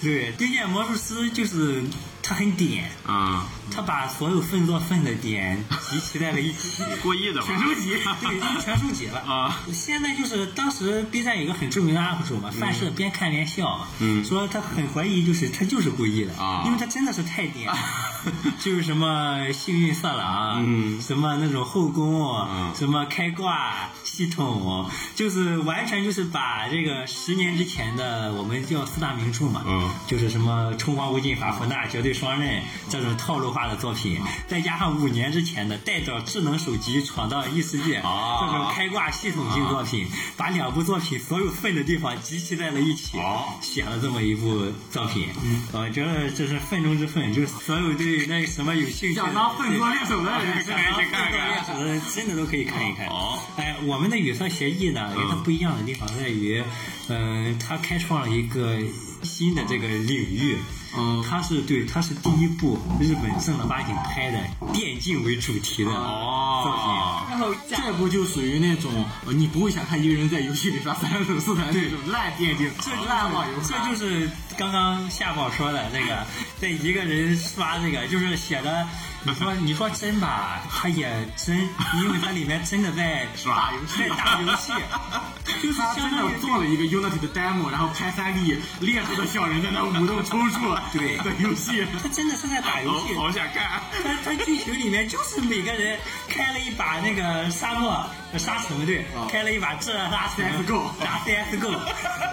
Speaker 3: 对，《冰剑魔术师》就是它很点，
Speaker 2: 啊
Speaker 3: 他把所有分作分的点集齐在了一起，
Speaker 2: 过亿的吧
Speaker 3: 全收集，对，全收集了
Speaker 2: 啊！嗯
Speaker 3: 现在就是当时 B 站有个很著名的 UP 主嘛，范社边看边笑，嗯，说他很怀疑，就是他就是故意的
Speaker 2: 啊
Speaker 3: 因为他真的是太点， 就是什么幸运色狼，嗯，什么那种后宫，哦
Speaker 2: 嗯
Speaker 3: 什么开挂系统，哦就是完全就是把这个十年之前的我们叫四大名著嘛，
Speaker 2: 嗯
Speaker 3: 就是什么《冲锋无尽法夫纳》《绝对双刃》这种套路化的作品，再加上五年之前的代表智能手机闯荡异世界
Speaker 2: 啊
Speaker 3: 这种开挂系统性作品，把两部作品所有分的地方集齐在了一起
Speaker 2: 哦，
Speaker 3: 写了这么一部作品。我觉得这是分中之分，就是所有对那什么有兴趣的
Speaker 1: 想当粪作猎手的人
Speaker 3: 想当粪作猎手的人真的都可以看一看。
Speaker 2: 哦
Speaker 3: 哎，我们的语色协议呢，跟它
Speaker 1: 嗯
Speaker 3: 不一样的地方在于，嗯、它开创了一个新的这个领域。
Speaker 1: 嗯
Speaker 3: 它是对，它是第一部日本正儿八经拍的电竞为主题的作品。
Speaker 1: 哦
Speaker 5: 然后加
Speaker 1: 这部就属于那种呃你不会想看一个人在游戏里刷三手四台那种烂电竞，
Speaker 3: 这就是
Speaker 1: 烂网游，
Speaker 3: 这就是刚刚夏宝说的那个，这一个人刷这个，就是写的，你说你说真吧，他也真，因为它里面真 的在
Speaker 1: 打游戏
Speaker 3: 在打游 戏，就是
Speaker 1: 他
Speaker 3: 相
Speaker 1: 真
Speaker 3: 当于
Speaker 1: 的做了一个 Unity 的 demo，然后拍三 D 猎户的小人在那舞动抽搐，
Speaker 3: 对
Speaker 1: 的游戏。
Speaker 3: 他真的是在打游戏。
Speaker 1: 哦
Speaker 2: 好想啊 看。
Speaker 3: 他他剧情里面就是每个人开了一把那个沙漠沙城对，
Speaker 2: 啊
Speaker 3: 开了一把这拉城
Speaker 1: CS:GO
Speaker 3: 打 CSGO，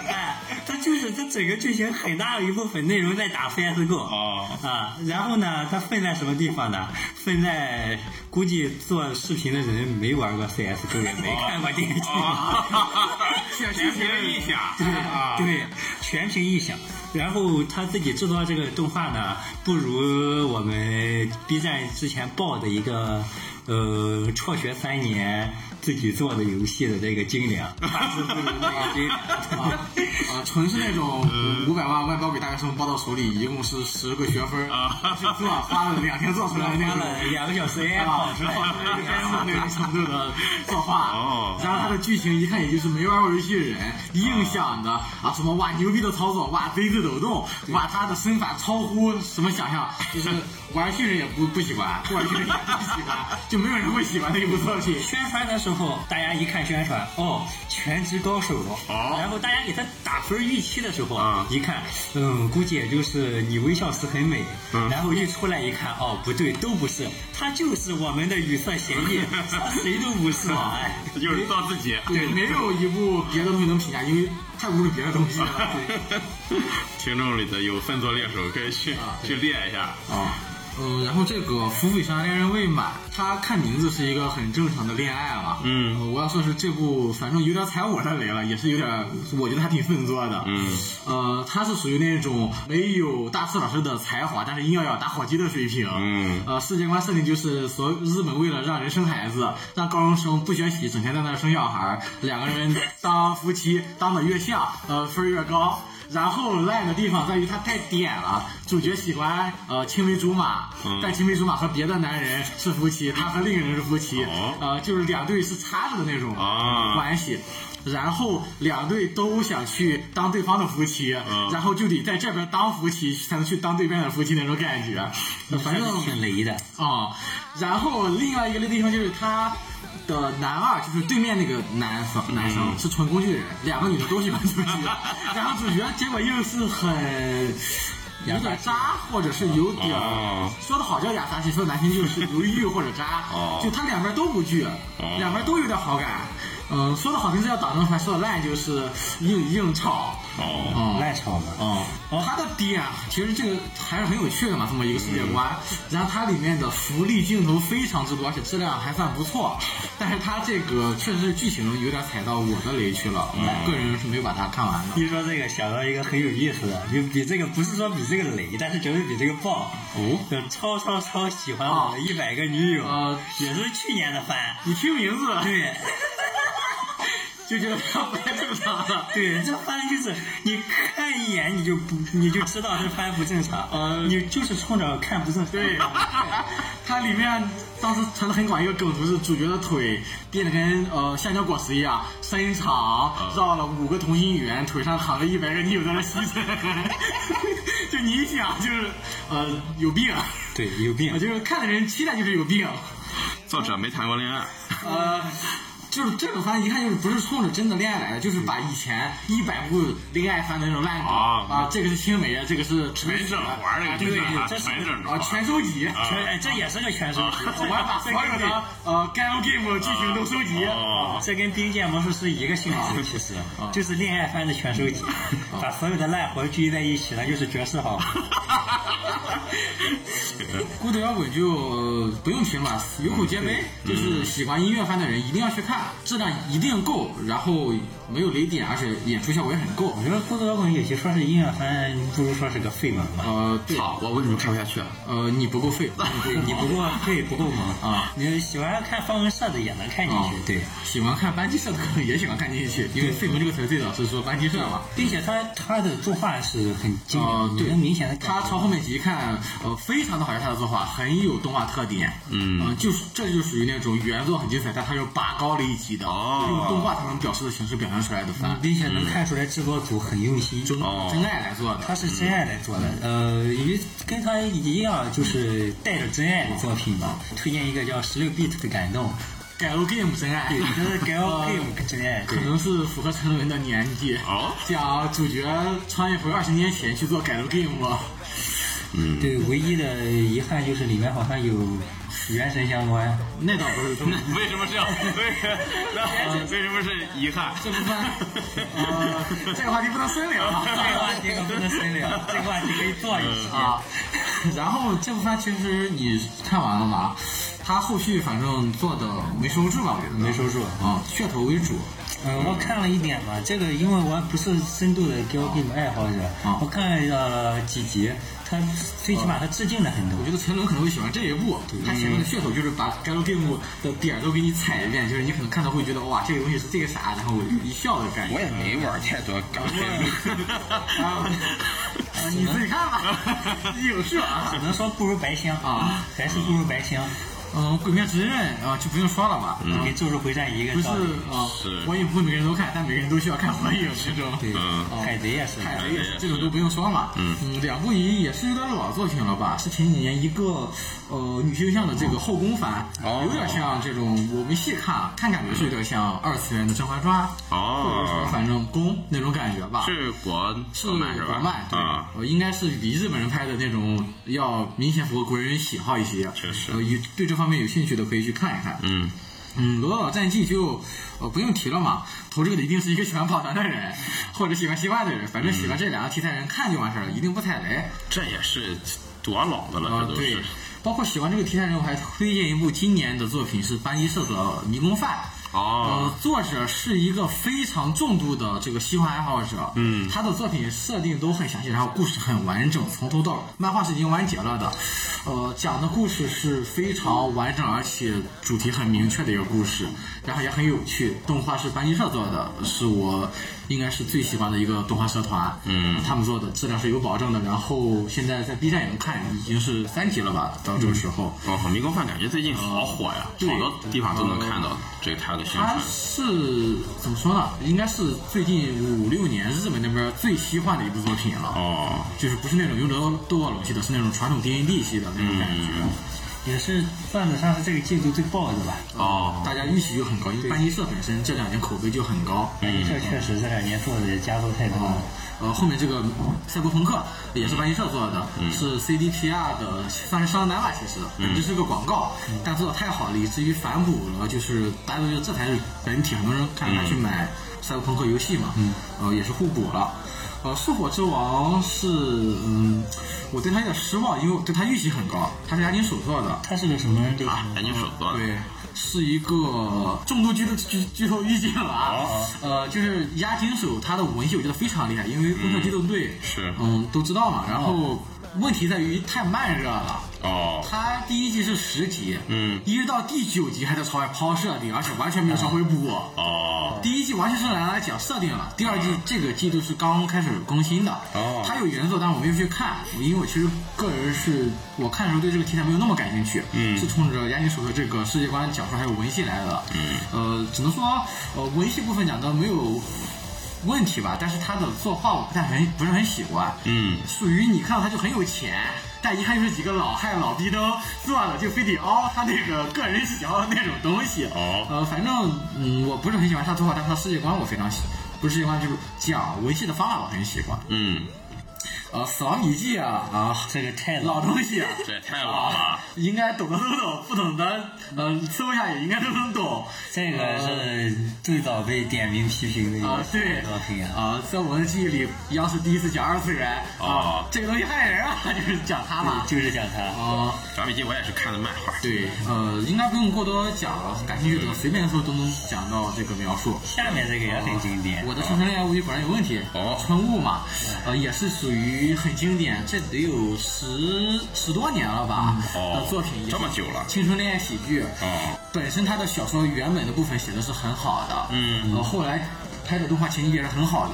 Speaker 3: 哎，他就是他整个剧情很大的一部分内容在打 CSGO
Speaker 2: 哦
Speaker 3: 啊，然后呢，他分在什么地方呢？分在估计做视频的人没玩过 CSGO 也没
Speaker 2: 哦
Speaker 3: 看过电竞。
Speaker 2: 全凭一想，
Speaker 3: 对
Speaker 2: 啊，
Speaker 3: 对，全凭臆想。然后他自己制作这个动画呢，不如我们 B 站之前爆的一个呃辍学三年自己做的游戏的这个 精良，大致不如那个精良。
Speaker 1: 啊，纯是那种
Speaker 2: 呃
Speaker 1: 五百万外包给大学生包到手里，一共是十个学分
Speaker 2: 啊
Speaker 1: 去做，花了两天做出来的那
Speaker 3: 花
Speaker 1: 种。
Speaker 3: 了两个小时哎也
Speaker 1: 啊
Speaker 3: 跑出来
Speaker 1: 跑出来一个该死的那个程度的作画，
Speaker 2: 哦
Speaker 1: 然后它的剧情一看也就是没玩过游戏的人硬想的啊，什么哇牛逼的操作，哇 Z 字抖动，哇他的身法超乎什么想象，就是玩游戏人也不不喜欢，不玩游戏人也不喜欢，就没有人会喜欢那一部作品。
Speaker 3: 宣传的时候，大家一看宣传，哦，全职高手。
Speaker 2: 哦
Speaker 3: 然后大家给他打分预期的时候，
Speaker 2: 啊
Speaker 3: 一看，嗯，估计也就是你微笑时很美。
Speaker 2: 嗯
Speaker 3: 然后一出来一看，哦，不对，都不是，他就是我们的语色协 议，他谁都不是。哎，
Speaker 2: 又是造自己，
Speaker 1: 对，没有一部别的东西能评价，因为太侮辱别的东西了。
Speaker 2: 听众里的有分作猎手可以去去猎一下，
Speaker 1: 啊，嗯，然后这个福尾上恋人未满，他看名字是一个很正常的恋爱了。
Speaker 2: 嗯
Speaker 1: 呃我要说是这部，反正有点踩我的雷了，也是有点，我觉得还挺笨拙的。
Speaker 2: 嗯，
Speaker 1: 呃，他是属于那种没有大四老师的才华，但是硬要要打火机的水平。
Speaker 2: 嗯
Speaker 1: 呃，世界观设定就是所日本为了让人生孩子，让高中生不学习，整天在那儿生小孩儿，两个人当夫妻当的越像，呃，分儿越高。然后烂的地方在于它太点了，主角喜欢呃青梅竹马，
Speaker 2: 嗯
Speaker 1: 但青梅竹马和别的男人是夫妻，他和另一个人是夫妻，
Speaker 2: 哦
Speaker 1: 呃，就是两对是插着的那种
Speaker 2: 啊
Speaker 1: 关系。然后两队都想去当对方的夫妻，
Speaker 2: 嗯
Speaker 1: 然后就得在这边当夫妻，才能去当对面的夫妻那种感觉。反正
Speaker 3: 挺雷的。
Speaker 1: 啊、然后另外一个地方就是他的男二，就是对面那个男生，男
Speaker 2: 嗯
Speaker 1: 生是纯工具人，两个女的都喜欢工具 人，然后主角结果又是很。有点渣，或者是有点
Speaker 2: 哦
Speaker 1: 说的好叫雅萨奇，说的难听就是犹豫或者渣
Speaker 2: 哦，
Speaker 1: 就他两边都不惧，两边都有点好感。嗯，说的好听是要打正牌，说的烂就是硬硬吵。
Speaker 2: 哦，
Speaker 1: 嗯，
Speaker 3: 烂炒嘛，
Speaker 1: 哦，
Speaker 3: 哦
Speaker 1: 它的点其实这个还是很有趣的嘛，这么一个世界观。然后它里面的福利镜头非常之多，而且质量还算不错。但是它这个确实是剧情有点踩到我的雷区了，我个人是没有把它看完的。
Speaker 3: 一说这个，想到一个很有意思的，就比这个不是说比这个雷，但是绝对比这个棒。
Speaker 1: 哦
Speaker 3: 就超超超喜欢我的一百个女友，
Speaker 1: 啊
Speaker 3: 也是去年的番。
Speaker 1: 你听名字
Speaker 3: 对。
Speaker 1: 就觉得它不太正常了。
Speaker 3: 对，这番就是你看一眼你就不你就知道这番不正常，
Speaker 1: 呃
Speaker 3: 你就是冲着看不正常。
Speaker 1: 对，它里面当时传的很广一个梗图是主角的腿变得跟呃橡胶果实一样伸长，绕了五个同心圆，腿上躺了一百个女友在那吸尘，就你一想就是呃有病，
Speaker 3: 对，有病
Speaker 1: 我。 就是看的人期待就是有病，
Speaker 2: 作者没谈过恋爱，
Speaker 1: 呃。就是这种番一看就是不是冲着真的恋爱来的，就是把以前一百部恋爱番的那种烂梗
Speaker 7: 啊
Speaker 1: 啊，这个是青梅啊，这个是纯
Speaker 7: 全整活儿那个
Speaker 1: 对对
Speaker 7: 真的
Speaker 1: 对，这是
Speaker 7: 全
Speaker 2: 哦
Speaker 7: 整活儿
Speaker 1: 啊全收集，
Speaker 3: 全哎，这也是个全收集。
Speaker 1: 啊 我要把所有的呃 Gal Game 剧情都收集。
Speaker 7: 哦，
Speaker 3: 这跟《冰剑魔术师》一个性质，其啊实 啊就是恋爱番的全收集，把所有的烂活聚集在一起，那就是绝 世好。
Speaker 1: 孤独摇滚就、呃不用提了嘛，有口皆碑，
Speaker 2: 嗯
Speaker 1: 就是喜欢音乐番的人一定要去看，质量一定够，然后没有雷点，而且演出效果也很够
Speaker 3: 我。觉得《孤独摇滚》与其说是音乐番，不如说是个绯闻吧。
Speaker 1: 呃，对，
Speaker 2: 好，我为什么看不下去啊？
Speaker 1: 呃，你不够 废，你
Speaker 3: 你
Speaker 1: 不
Speaker 3: 不
Speaker 1: 够
Speaker 3: 够对，不够萌
Speaker 1: 啊！
Speaker 3: 你喜欢看方文社的也能看进
Speaker 1: 啊
Speaker 3: 去，对。
Speaker 1: 喜欢看班级社的可能也喜欢看进去，因为绯闻这个词最早是说班级社嘛。
Speaker 3: 并且他他的作画是很经
Speaker 1: 呃，
Speaker 3: 典，
Speaker 1: 对，
Speaker 3: 能明显的
Speaker 1: 他朝后面集看，呃，非常的好像他的作画很有动画特点，
Speaker 2: 嗯
Speaker 1: 呃就是这就属于那种原作很精彩，但他又拔高了一级的，
Speaker 2: 哦
Speaker 1: 用动画才能表示的形式表现出来的番，
Speaker 3: 并且能看出来制作组很用心。
Speaker 2: 哦
Speaker 1: 真爱来做的。
Speaker 3: 他是真爱来做的，呃，与跟他一样，就是带着真爱的作品吧。推荐一个叫《十六 bit 的感动》，
Speaker 1: 改 O game 真爱，
Speaker 3: 对，就是 Gal
Speaker 1: 呃
Speaker 3: Game 真爱，
Speaker 1: 可
Speaker 3: 对，
Speaker 1: 能是符合陈文的年纪，
Speaker 2: 哦
Speaker 1: 讲主角穿越回二十年前去做改 O game 了。
Speaker 3: 对，唯一的遗憾就是里面好像有原神相关，
Speaker 1: 那倒不是，
Speaker 7: 为什么是要？为那为什么是遗憾？
Speaker 1: 这部番，呃，这个话题不能深聊啊。
Speaker 3: 这个话题可不能深聊，这个话题可以做一期。
Speaker 1: 啊。 然后这部番其实你看完了吗？他后续反正做的没收住吧，我觉得
Speaker 3: 没收住
Speaker 1: 啊，噱头为主。
Speaker 3: 嗯，我看了一点吧，这个因为我不是深度的 Gal Game 爱好者，
Speaker 1: 啊
Speaker 3: 我看了几集，他最起码他致敬了很多
Speaker 1: 我。觉得陈伦可能会喜欢这一部，他前面的噱头就是把 g a l Game 的点儿都给你踩一遍，就是你可能看到会觉得哇，这个东西是这个啥，然后一笑的感觉。
Speaker 2: 我也没玩太多港
Speaker 1: 啊啊，你自己看吧，你有事啊
Speaker 3: 只。能说不如白香
Speaker 1: 啊，
Speaker 3: 还是不如白香，
Speaker 1: 嗯，《鬼灭之刃》啊，就不用说了吧。
Speaker 3: 跟《咒术回战》一
Speaker 1: 不
Speaker 3: 个
Speaker 1: 是
Speaker 3: 道理。
Speaker 1: 啊
Speaker 2: 是，
Speaker 1: 火影不会每个人都看，但每个人都需要看火影这种。
Speaker 3: 对，嗯
Speaker 1: 哦
Speaker 3: 海贼也是。
Speaker 1: 海贼也是，这种都不用说嘛。嗯两部一也是有点老作品了吧？是前几年一个呃女性向的这个后宫番，
Speaker 2: 哦
Speaker 1: 有点像这种我没细看，看感觉是有点像二次元的《甄嬛传》或者说
Speaker 2: 哦，
Speaker 1: 反正宫那种感觉吧。
Speaker 2: 是国
Speaker 1: 是
Speaker 2: 国漫是吧？
Speaker 1: 国漫，对，
Speaker 2: 啊，
Speaker 1: 呃应该是比日本人拍的那种要明显符合国人喜好一些。
Speaker 2: 确实
Speaker 1: 呃，有对这方面有兴趣的可以去看一看。
Speaker 2: 嗯，
Speaker 1: 嗯，《罗德岛战记》就呃不用提了嘛，投这个的一定是一个喜欢跑团的人，或者喜欢西瓜的人，反正喜
Speaker 2: 嗯
Speaker 1: 欢这两个题材人看就完事儿了，一定不踩雷
Speaker 2: 这也是多老的了，
Speaker 1: 啊、
Speaker 2: 啊这都
Speaker 1: 对
Speaker 2: 是。，
Speaker 1: 包括喜欢这个题材人，我还推荐一部今年的作品是班一社的《迷宫饭》。
Speaker 2: 哦，
Speaker 1: 呃，作者是一个非常重度的这个西幻爱好者，
Speaker 2: 嗯
Speaker 1: 他的作品设定都很详细，然后故事很完整，从头到尾，漫画是已经完结了的，呃，讲的故事是非常完整，而且主题很明确的一个故事，然后也很有趣。动画是班级社做的，是我应该是最喜欢的一个动画社团，
Speaker 2: 嗯
Speaker 1: 他们做的质量是有保证的，然后现在在 B 站也能看，已经是三集了吧，到这个时候。
Speaker 2: 包哦括迷宫饭，感觉最近好火呀，
Speaker 1: 对
Speaker 2: 好多地方都能看到这个它的宣
Speaker 1: 它
Speaker 2: 传。
Speaker 1: 是怎么说呢？应该是最近五六年日本那边最西化的一部作品了，
Speaker 2: 哦，
Speaker 1: 就是不是那种用着斗恶龙系的，是那种传统 D N D 系的那种感觉。
Speaker 3: 也是算得上是这个季度最爆的吧。
Speaker 2: 哦，
Speaker 1: 大家预期就很高，因为班级社本身这两年口碑就很高。
Speaker 3: 这确实这两年做的佳作太多了。
Speaker 1: 呃，后面这个赛博朋克也是班级社做的，是 CDPR 的，算是商单吧，其实，这是个广告，但做的太好了，以至于反哺了，就是大家都觉得这才是本体，很多人看他去买赛博朋克游戏嘛，呃，也是互补了。呃，《树火之王》是，嗯，我对他有点失望，因为我对他预期很高，他是押井守做的，
Speaker 3: 它是个什么类型？
Speaker 1: 啊
Speaker 2: 赶紧手做的，
Speaker 1: 对，是一个重度剧透剧剧透预警了啊！呃，就是押井守他的文戏我觉得非常厉害，因为《攻壳机动队》
Speaker 2: 是
Speaker 1: 嗯都知道嘛，然后。问题在于太慢热了。
Speaker 2: 哦，
Speaker 1: 它第一季是十集，
Speaker 2: 嗯
Speaker 1: 一直到第九集还在朝外抛设定，而且完全没有稍微补。
Speaker 2: 哦，
Speaker 1: 第一季完全是拿来讲设定了，第二季这个季度是刚刚开始更新的。
Speaker 2: 哦
Speaker 1: 它有原作，但我没有去看，因为我其实个人是我看的时候对这个题材没有那么感兴趣，
Speaker 2: 嗯
Speaker 1: 是冲着押井守的这个世界观、讲述还有文戏来的。嗯，呃，只能说呃文戏部分讲的没有。问题吧，但是他的作画我不太很不是很喜欢，
Speaker 2: 嗯，
Speaker 1: 属于你看到他就很有钱，但一看就是几个老汉老逼灯做了就非得凹他那个个人喜好的那种东西。
Speaker 2: 哦
Speaker 1: 呃，反正嗯，我不是很喜欢他的作画，但是他世界观我非常喜，不是世界观就是讲文戏的方法我很喜欢。
Speaker 2: 嗯，
Speaker 1: 呃，死亡笔记啊啊，这个太老东西啊，
Speaker 2: 这也太老了。
Speaker 1: 应该懂的都懂，不懂的呃搜一下也应该都能懂。
Speaker 3: 这个
Speaker 2: 呃
Speaker 3: 是呃最早被点名批评的一
Speaker 1: 啊
Speaker 3: 个，
Speaker 1: 对
Speaker 3: 作品啊。
Speaker 1: 啊，在我的记忆里，央视第一次讲二次元
Speaker 2: 哦
Speaker 1: 啊，这个东西害人啊， 就是讲他嘛。
Speaker 3: 就是讲他，
Speaker 1: 啊，
Speaker 2: 小笔记我也是看的漫画。
Speaker 1: 对，呃，应该不用过多讲了，感兴趣的随便的时候都能讲到这个描述。
Speaker 3: 下面这个也很经典。
Speaker 1: 我的《春春恋爱物语》果 E 然有问题。
Speaker 2: 哦
Speaker 1: 春雾嘛，呃，也是属于很经典，这得有十十多年了吧？
Speaker 2: 哦
Speaker 1: 呃作品也是
Speaker 2: 这么久了
Speaker 1: 青春恋爱喜剧。
Speaker 2: 哦，
Speaker 1: 本身他的小说原本的部分写的是很好的，
Speaker 2: 嗯
Speaker 1: 呃，后来拍的动画情节也是很好的，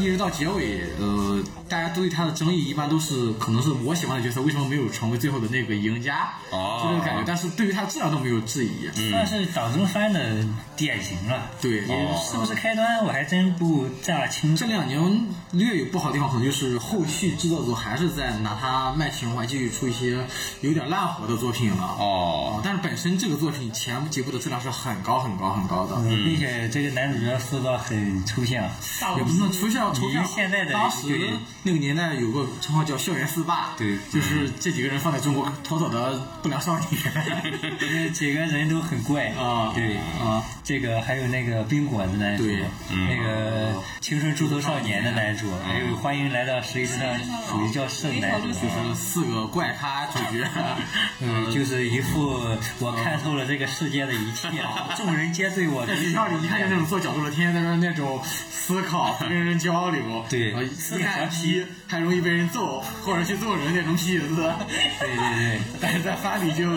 Speaker 1: 一直到结尾，呃，大家对他的争议一般都是可能是我喜欢的角色为什么没有成为最后的那个赢家，
Speaker 2: 哦嗯
Speaker 1: 就这个感觉，但是对于他的质量都没有质疑，
Speaker 3: 算是岛中番的典型了，
Speaker 1: 对，
Speaker 2: 哦
Speaker 3: 是不是开端我还真不大清楚
Speaker 1: 这。两年略有不好的地方，可能就是后续制作组还是在拿它卖情怀，继续出一些有点烂活的作品了。
Speaker 2: 哦，
Speaker 1: 但是本身这个作品前几部的质量是很高、很高、很高的。
Speaker 3: 嗯并且这个男主角塑造很抽象，
Speaker 1: 也不能抽象，抽象。
Speaker 3: 离哦现在的
Speaker 1: 当时
Speaker 3: 对
Speaker 1: 那个年代有个称号叫“校园四霸”，
Speaker 3: 对
Speaker 1: 就是这几个人放在中国妥妥的不良少女。
Speaker 3: 这几个人都很怪
Speaker 1: 啊
Speaker 3: 对
Speaker 1: 啊，
Speaker 3: 这个还有那个冰果的男主，
Speaker 1: 对
Speaker 3: 那个青春猪头少年的男主，还有欢迎来到实际上属于叫圣男主，啊
Speaker 1: 就是四个怪咖主 角，呃
Speaker 3: 嗯，就是一副我看透了这个世界的一切，啊 众人皆醉我独
Speaker 1: 在学
Speaker 3: 醒
Speaker 1: 校里一看就是那种做角斗的，天天在那儿那种思考、跟人交流，
Speaker 3: 对
Speaker 1: 呃四看皮还容易被人揍，或者去揍人那种痞子。对
Speaker 3: 对对， 嗯
Speaker 1: 但是在番里就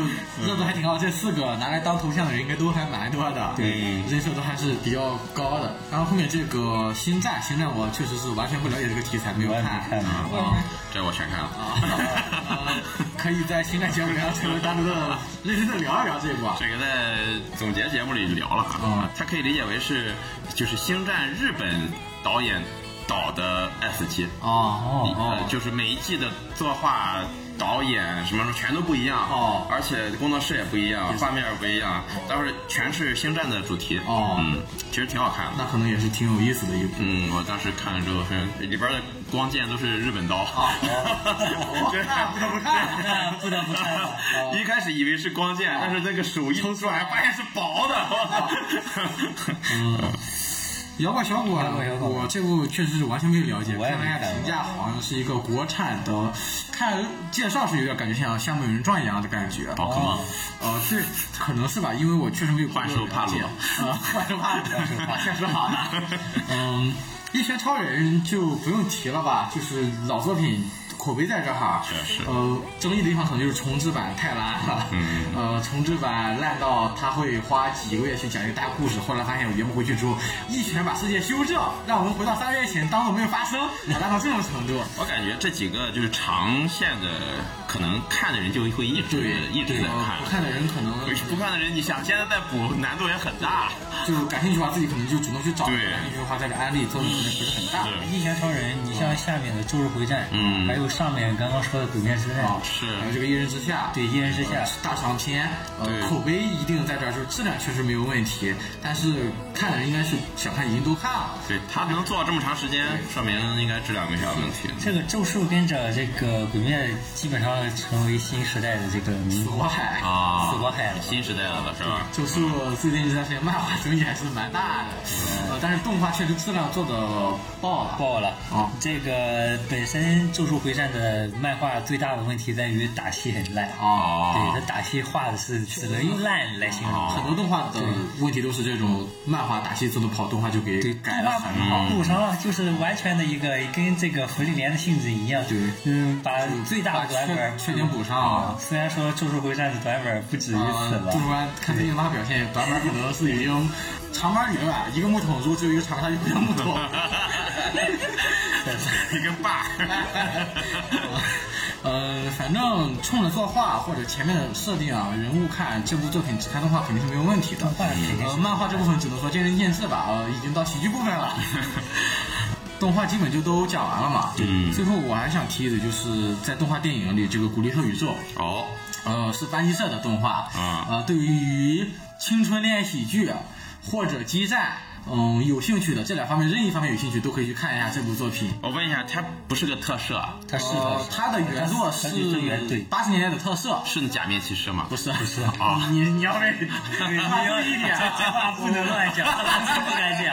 Speaker 1: 热度还挺高，这四个拿来当头像的人应该都还蛮多的，
Speaker 3: 对
Speaker 1: 人手都还是比较高的。然后后面这个星战，星战我确实是完全不了解这个题材，没有
Speaker 3: 我也没
Speaker 1: 看。
Speaker 3: 看嗯过。
Speaker 1: 啊
Speaker 2: 这我全看了。
Speaker 1: 啊，可以在星战节目聊这个单独的认真的聊一聊这一啊块。
Speaker 2: 这个在总结节目里聊了啊
Speaker 1: 嗯，
Speaker 2: 它可以理解为是就是《星战》日本导演导的 S 七，
Speaker 1: 哦
Speaker 2: 呃，就是每一季的作画、导演什么什么全都不一样
Speaker 1: 哦嗯
Speaker 2: 而且工作室也不一样，画面也不一样，但是全是星战的主题
Speaker 1: 哦
Speaker 2: 嗯，其实挺好看的。
Speaker 1: 那可能也是挺有意思的一部。
Speaker 2: 嗯，我当时看了之后，非常里边的光剑都是日本刀，
Speaker 1: 哦
Speaker 2: 对
Speaker 1: 那不得不看
Speaker 3: 那不得不看了哦
Speaker 2: 一开始以为是光
Speaker 1: 哦
Speaker 2: 剑，但是那个手一抽出来，发现是薄的。
Speaker 1: 哦摇摆小果，
Speaker 3: 摇摆小果
Speaker 1: 我这部确实是完全没有了解，
Speaker 3: 我也
Speaker 1: 看
Speaker 3: 没
Speaker 1: 了一下
Speaker 3: 看过
Speaker 1: 评价，好像是一个国产的，看介绍是有点感觉像《夏目友人传》一样的感觉。
Speaker 2: 宝可梦
Speaker 1: 呃，对，可能是吧，因为我确实没有
Speaker 2: 幻兽帕鲁
Speaker 1: 鲁，啊，幻兽帕鲁，确实好了。嗯，一拳超人就不用提了吧，就是老作品。口碑在这哈，
Speaker 2: 确实
Speaker 1: 呃，争议的地方可能就是重置版太烂了，
Speaker 2: 嗯
Speaker 1: 呃，重置版烂到他会花几个月去讲一个大故事，后来发现我圆不回去之后，一拳把世界修正，让我们回到三月前，当做没有发生，烂到这种程度，
Speaker 2: 我感觉这几个就是长线的，可能看的人就会一直一直在
Speaker 1: 呃不
Speaker 2: 看。
Speaker 1: 看的人可能
Speaker 2: 不看的人，你想现在再补，难度也很大。
Speaker 1: 就感兴趣的话，自己可能就主动去找，
Speaker 2: 对
Speaker 1: 感兴趣的话在这安利作用可能不是很大。
Speaker 2: 是
Speaker 3: 一拳超人，你像下面的《周日回战》，
Speaker 2: 嗯
Speaker 3: 还有上面刚刚说的《鬼灭之刃》
Speaker 1: 啊，
Speaker 2: 是
Speaker 1: 还有这个《一人之下》
Speaker 3: 哦
Speaker 1: 呃
Speaker 3: 对，《一人之下》
Speaker 1: 大长篇，
Speaker 2: 对
Speaker 1: 呃，口碑一定在这儿，就是质量确实没有问题，但是看的人应该是想看已经都看了，
Speaker 2: 对他能做这么长时间，说明应该质量没啥问题。
Speaker 3: 这个咒术跟着这个鬼灭，基本上成为新时代的这个名
Speaker 1: 死
Speaker 3: 词
Speaker 1: 火海
Speaker 2: 啊，
Speaker 3: 死亡海了
Speaker 2: 新时代了是吧？
Speaker 1: 就是我最近这段时间漫画争议还是蛮大的，呃，但是动画确实质量做的爆了。
Speaker 3: 爆了。
Speaker 1: 哦
Speaker 3: 这个个本身《咒术回战》的漫画最大的问题在于打戏很烂，
Speaker 1: 哦
Speaker 3: 对，它打戏画的是只能用烂来形容。
Speaker 1: 很多动画的问题都是这种漫画打戏做的不好，动画就给
Speaker 3: 对，
Speaker 1: 改了很好。
Speaker 3: 补上了，就是完全的一个跟这个福利连的性质一样。
Speaker 1: 对
Speaker 3: 嗯，把最大
Speaker 1: 把
Speaker 3: 的短
Speaker 1: 缺
Speaker 3: 板
Speaker 1: 缺点补上啊。
Speaker 3: 虽然说《咒术回战》的短板不止于此
Speaker 1: 啊
Speaker 3: 吧，，
Speaker 1: 杜然看最近拉表现，短板可能是已经长板女了，一个木桶如果只有一个长，它就不叫木桶。
Speaker 2: 一个
Speaker 1: 呃，反正冲着作画或者前面的设定啊、人物看这部作品，只看动画肯定是没有问题的。呃，漫画这部分只能说见仁见智吧，呃，已经到喜剧部分了。动画基本就都讲完了嘛。
Speaker 2: 嗯
Speaker 1: 最后我还想提一嘴，就是在动画电影里，这个《古力特宇宙》
Speaker 2: 哦，
Speaker 1: 呃，是班级社的动画，
Speaker 2: 啊
Speaker 1: 呃，对于青春恋爱喜剧或者激战，嗯，有兴趣的这两方面任意方面有兴趣都可以去看一下这部作品。
Speaker 2: 我问一下，它不是个特摄啊，
Speaker 3: 它哦是
Speaker 1: 呃
Speaker 3: 的，，
Speaker 1: 它的原作
Speaker 3: 它是真原
Speaker 1: 是
Speaker 3: 对。
Speaker 1: 八十年代的特色，
Speaker 2: 是假面骑士吗？
Speaker 1: 不 是不是
Speaker 2: 啊
Speaker 1: 你你要 被
Speaker 3: 对
Speaker 1: 你
Speaker 3: 你要
Speaker 1: 一点，啊
Speaker 3: 这话不 能乱讲，这不敢讲。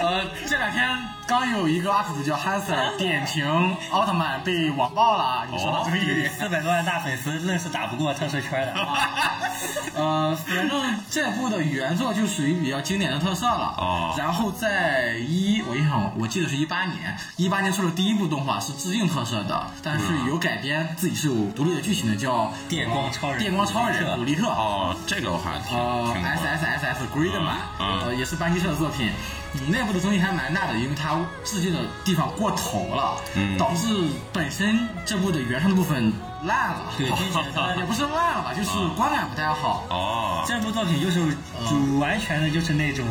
Speaker 1: 呃，这两天刚有一个 UP 主叫 Hanser 点评奥特曼被网暴了，你说到
Speaker 3: 哦
Speaker 1: 这一点。
Speaker 3: 四百多万大粉丝，愣是打不过特摄圈的。
Speaker 1: 呃，反正这部的原作就属于比较经典的特色了。
Speaker 2: 哦
Speaker 1: 然后在一，我印象我记得是一八年，一八年出了第一部动画是致敬特摄的，但是
Speaker 2: 嗯
Speaker 1: 有改编，自己是有独立的剧情的，叫
Speaker 3: 电光超人
Speaker 1: 电光超人古力特。
Speaker 2: 哦，这个我好像听
Speaker 1: 呃
Speaker 2: 听
Speaker 1: ，S
Speaker 2: 过。
Speaker 1: S S S Gridman，、
Speaker 2: 嗯
Speaker 1: 呃，也是班级社的作品，嗯内部的争议还蛮大的，因为它致敬的地方过头了，
Speaker 2: 嗯
Speaker 1: 导致本身这部的原创的部分烂了，
Speaker 3: 对并且它
Speaker 1: 也不是烂了吧，就是
Speaker 3: 啊
Speaker 1: 观感不太好。
Speaker 2: 哦，
Speaker 3: 这部作品就是
Speaker 1: 嗯
Speaker 3: 就完全的就是那种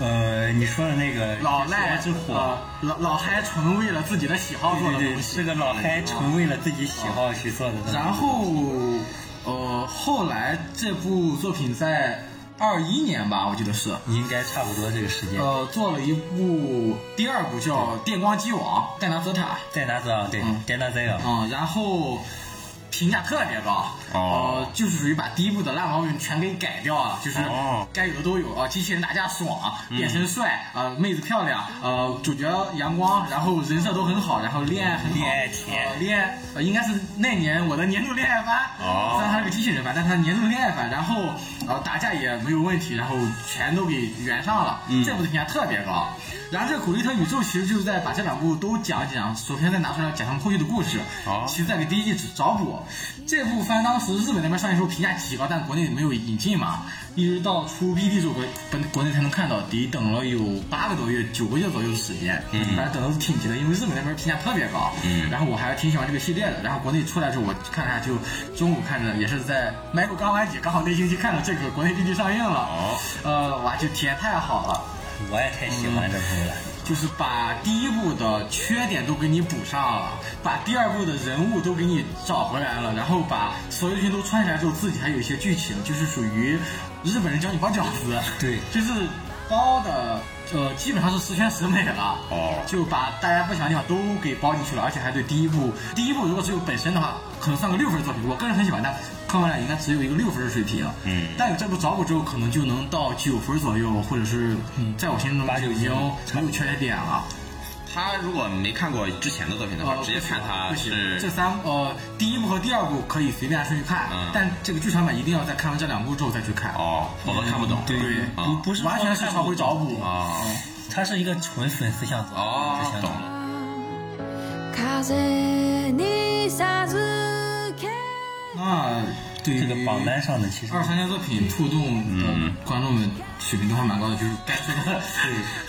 Speaker 3: 呃，你说的那个
Speaker 1: 老赖
Speaker 3: 之火
Speaker 1: 呃，老老嗨纯为了自己的喜好做
Speaker 3: 对
Speaker 1: 的
Speaker 3: 对
Speaker 1: 东
Speaker 3: 对，
Speaker 1: 西。
Speaker 3: 是个老嗨，纯为了自己喜好去做的东西。
Speaker 1: 然后，呃，后来这部作品在二一年吧，我记得是，
Speaker 3: 应该差不多这个时间。
Speaker 1: 呃，做了一部第二部叫《电光机王》戴拿泽塔，
Speaker 3: 戴拿泽啊，对
Speaker 1: 嗯，
Speaker 3: 戴拿泽啊，
Speaker 1: 嗯，然后评价特别高，
Speaker 2: 哦
Speaker 1: 呃，就是属于把第一部的烂毛病全给改掉了，就是
Speaker 2: 哦
Speaker 1: 该有的都有啊，机器人打架爽，变身帅，呃，妹子漂亮，呃，主角阳光，然后人设都很好，然后恋爱很好，
Speaker 3: 恋爱甜
Speaker 1: 呃恋爱呃应该是那年我的年度恋爱番，
Speaker 2: 哦
Speaker 1: 虽然它是个机器人番，但它年度恋爱番，然后呃打架也没有问题，然后全都给圆上了，这部的评价特别高。然后这个《古力特宇宙》其实就是在把这两部都讲一讲，首先再拿出来讲他们后续的故事，
Speaker 2: 哦
Speaker 1: 其实在给第一季找补。这部番当时日本那边上映时候评价极高，但国内没有引进嘛，一直到出 BD 之后，国本国内才能看到，得等了有八个多月、九个月左右的时间，嗯，反正等的挺急的，因为日本那边评价特别高，嗯，然后我还挺喜欢这个系列的，然后国内出来之后我看了一下，就中午看着，也是在 Michael 刚完结，刚好那星期看了这个国内 BD 上映了，
Speaker 2: 哦，
Speaker 1: 呃，哇，就体验太好了。
Speaker 3: 我也太喜欢这部了。
Speaker 1: 就是把第一部的缺点都给你补上了，把第二部的人物都给你找回来了，然后把所有剧情都串起来之后，自己还有一些剧情，就是属于日本人教你包饺子，
Speaker 3: 对
Speaker 1: 就是包的呃基本上是十全十美了。
Speaker 2: 哦
Speaker 1: 就把大家不喜欢的地方都给包进去了，而且还对第一部，第一部如果只有本身的话，可能算个六分作品。我个人很喜欢，但看完了应该只有一个六分的水平。
Speaker 2: 嗯
Speaker 1: 但有这部找补之后，可能就能到九分左右，或者是嗯，在我心中八九已经没有缺点啊了。
Speaker 2: 他如果没看过之前的作品的话，
Speaker 1: 呃
Speaker 2: 直接看他
Speaker 1: 不行，
Speaker 2: 是
Speaker 1: 这三呃第一部和第二部可以随便顺序看，
Speaker 2: 嗯
Speaker 1: 但这个剧场版一定要在看完这两部之后再去看。嗯
Speaker 2: 哦，否则看不懂。
Speaker 1: 对，
Speaker 2: 啊
Speaker 3: 不不是
Speaker 1: 完全是
Speaker 3: 说看
Speaker 1: 朝
Speaker 3: 不
Speaker 1: 回
Speaker 3: 懂
Speaker 1: 找补。
Speaker 2: 啊，
Speaker 3: 它是一个纯粉丝向的，
Speaker 2: 哦
Speaker 3: 粉丝向的
Speaker 2: 懂了
Speaker 8: 風に授け
Speaker 1: 那对于
Speaker 3: 这个榜单上的其实
Speaker 1: 二三年作品触动
Speaker 2: 嗯
Speaker 1: 呃观众们水平都还蛮高的，就是该 说的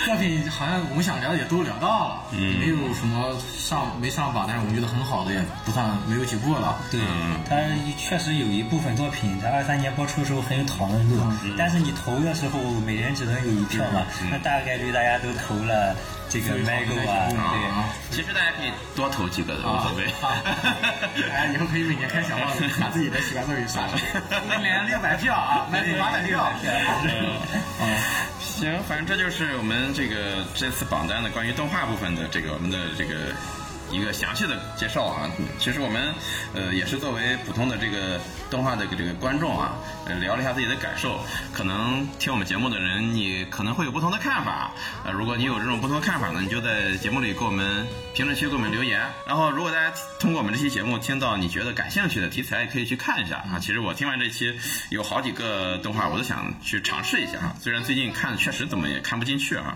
Speaker 1: 作品好像我们想聊的也都聊到了，
Speaker 2: 嗯
Speaker 1: 没有什么上没上榜，但是我们觉得很好的也不算没有几部了。
Speaker 3: 对
Speaker 2: 嗯，
Speaker 3: 它确实有一部分作品，它二三年播出的时候很有讨论度，但是你投的时候每人只能有一票嘛，那大概率大家都投了这个 m e g o 啊，
Speaker 1: 啊
Speaker 3: 对，
Speaker 2: 其实大家可以多投几个的，无 所谓。
Speaker 1: 哦 大家以哎后可以每年开小号，把自己的喜欢作品刷 出来，一年六百票啊，买
Speaker 3: 对
Speaker 1: 八百票。
Speaker 2: 嗯行，反正这就是我们这个这次榜单的关于动画部分的这个我们的这个一个详细的介绍啊。其实我们呃也是作为普通的这个动画的这个观众啊，呃聊了一下自己的感受。可能听我们节目的人，你可能会有不同的看法。呃，如果你有这种不同的看法呢，你就在节目里给我们评论区给我们留言。然后，如果大家通过我们这期节目听到你觉得感兴趣的题材，也可以去看一下啊。其实我听完这期有好几个动画，我都想去尝试一下啊。虽然最近看的确实怎么也看不进去啊，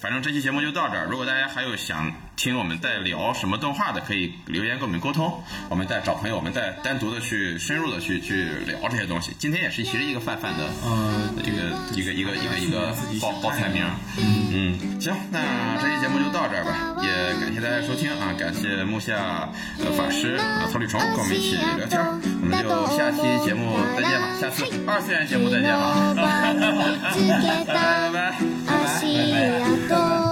Speaker 2: 反正这期节目就到这儿。如果大家还有想听我们再聊什么动画的，可以留言跟我们沟通，我们再找朋友，我们再单独的去深入的去去聊这些东西。今天也是其实一个泛泛的，
Speaker 9: 呃
Speaker 2: 一个一个一个一个一个
Speaker 9: 自己
Speaker 2: 报报菜名。嗯，行，那这期节目就到这儿吧，也感谢大家收听啊，感谢木下呃法师啊草履虫跟我们一起聊天，我们就下期节目再见吧，下次二啊 次元节目再见吧，拜拜拜拜拜拜。
Speaker 8: 足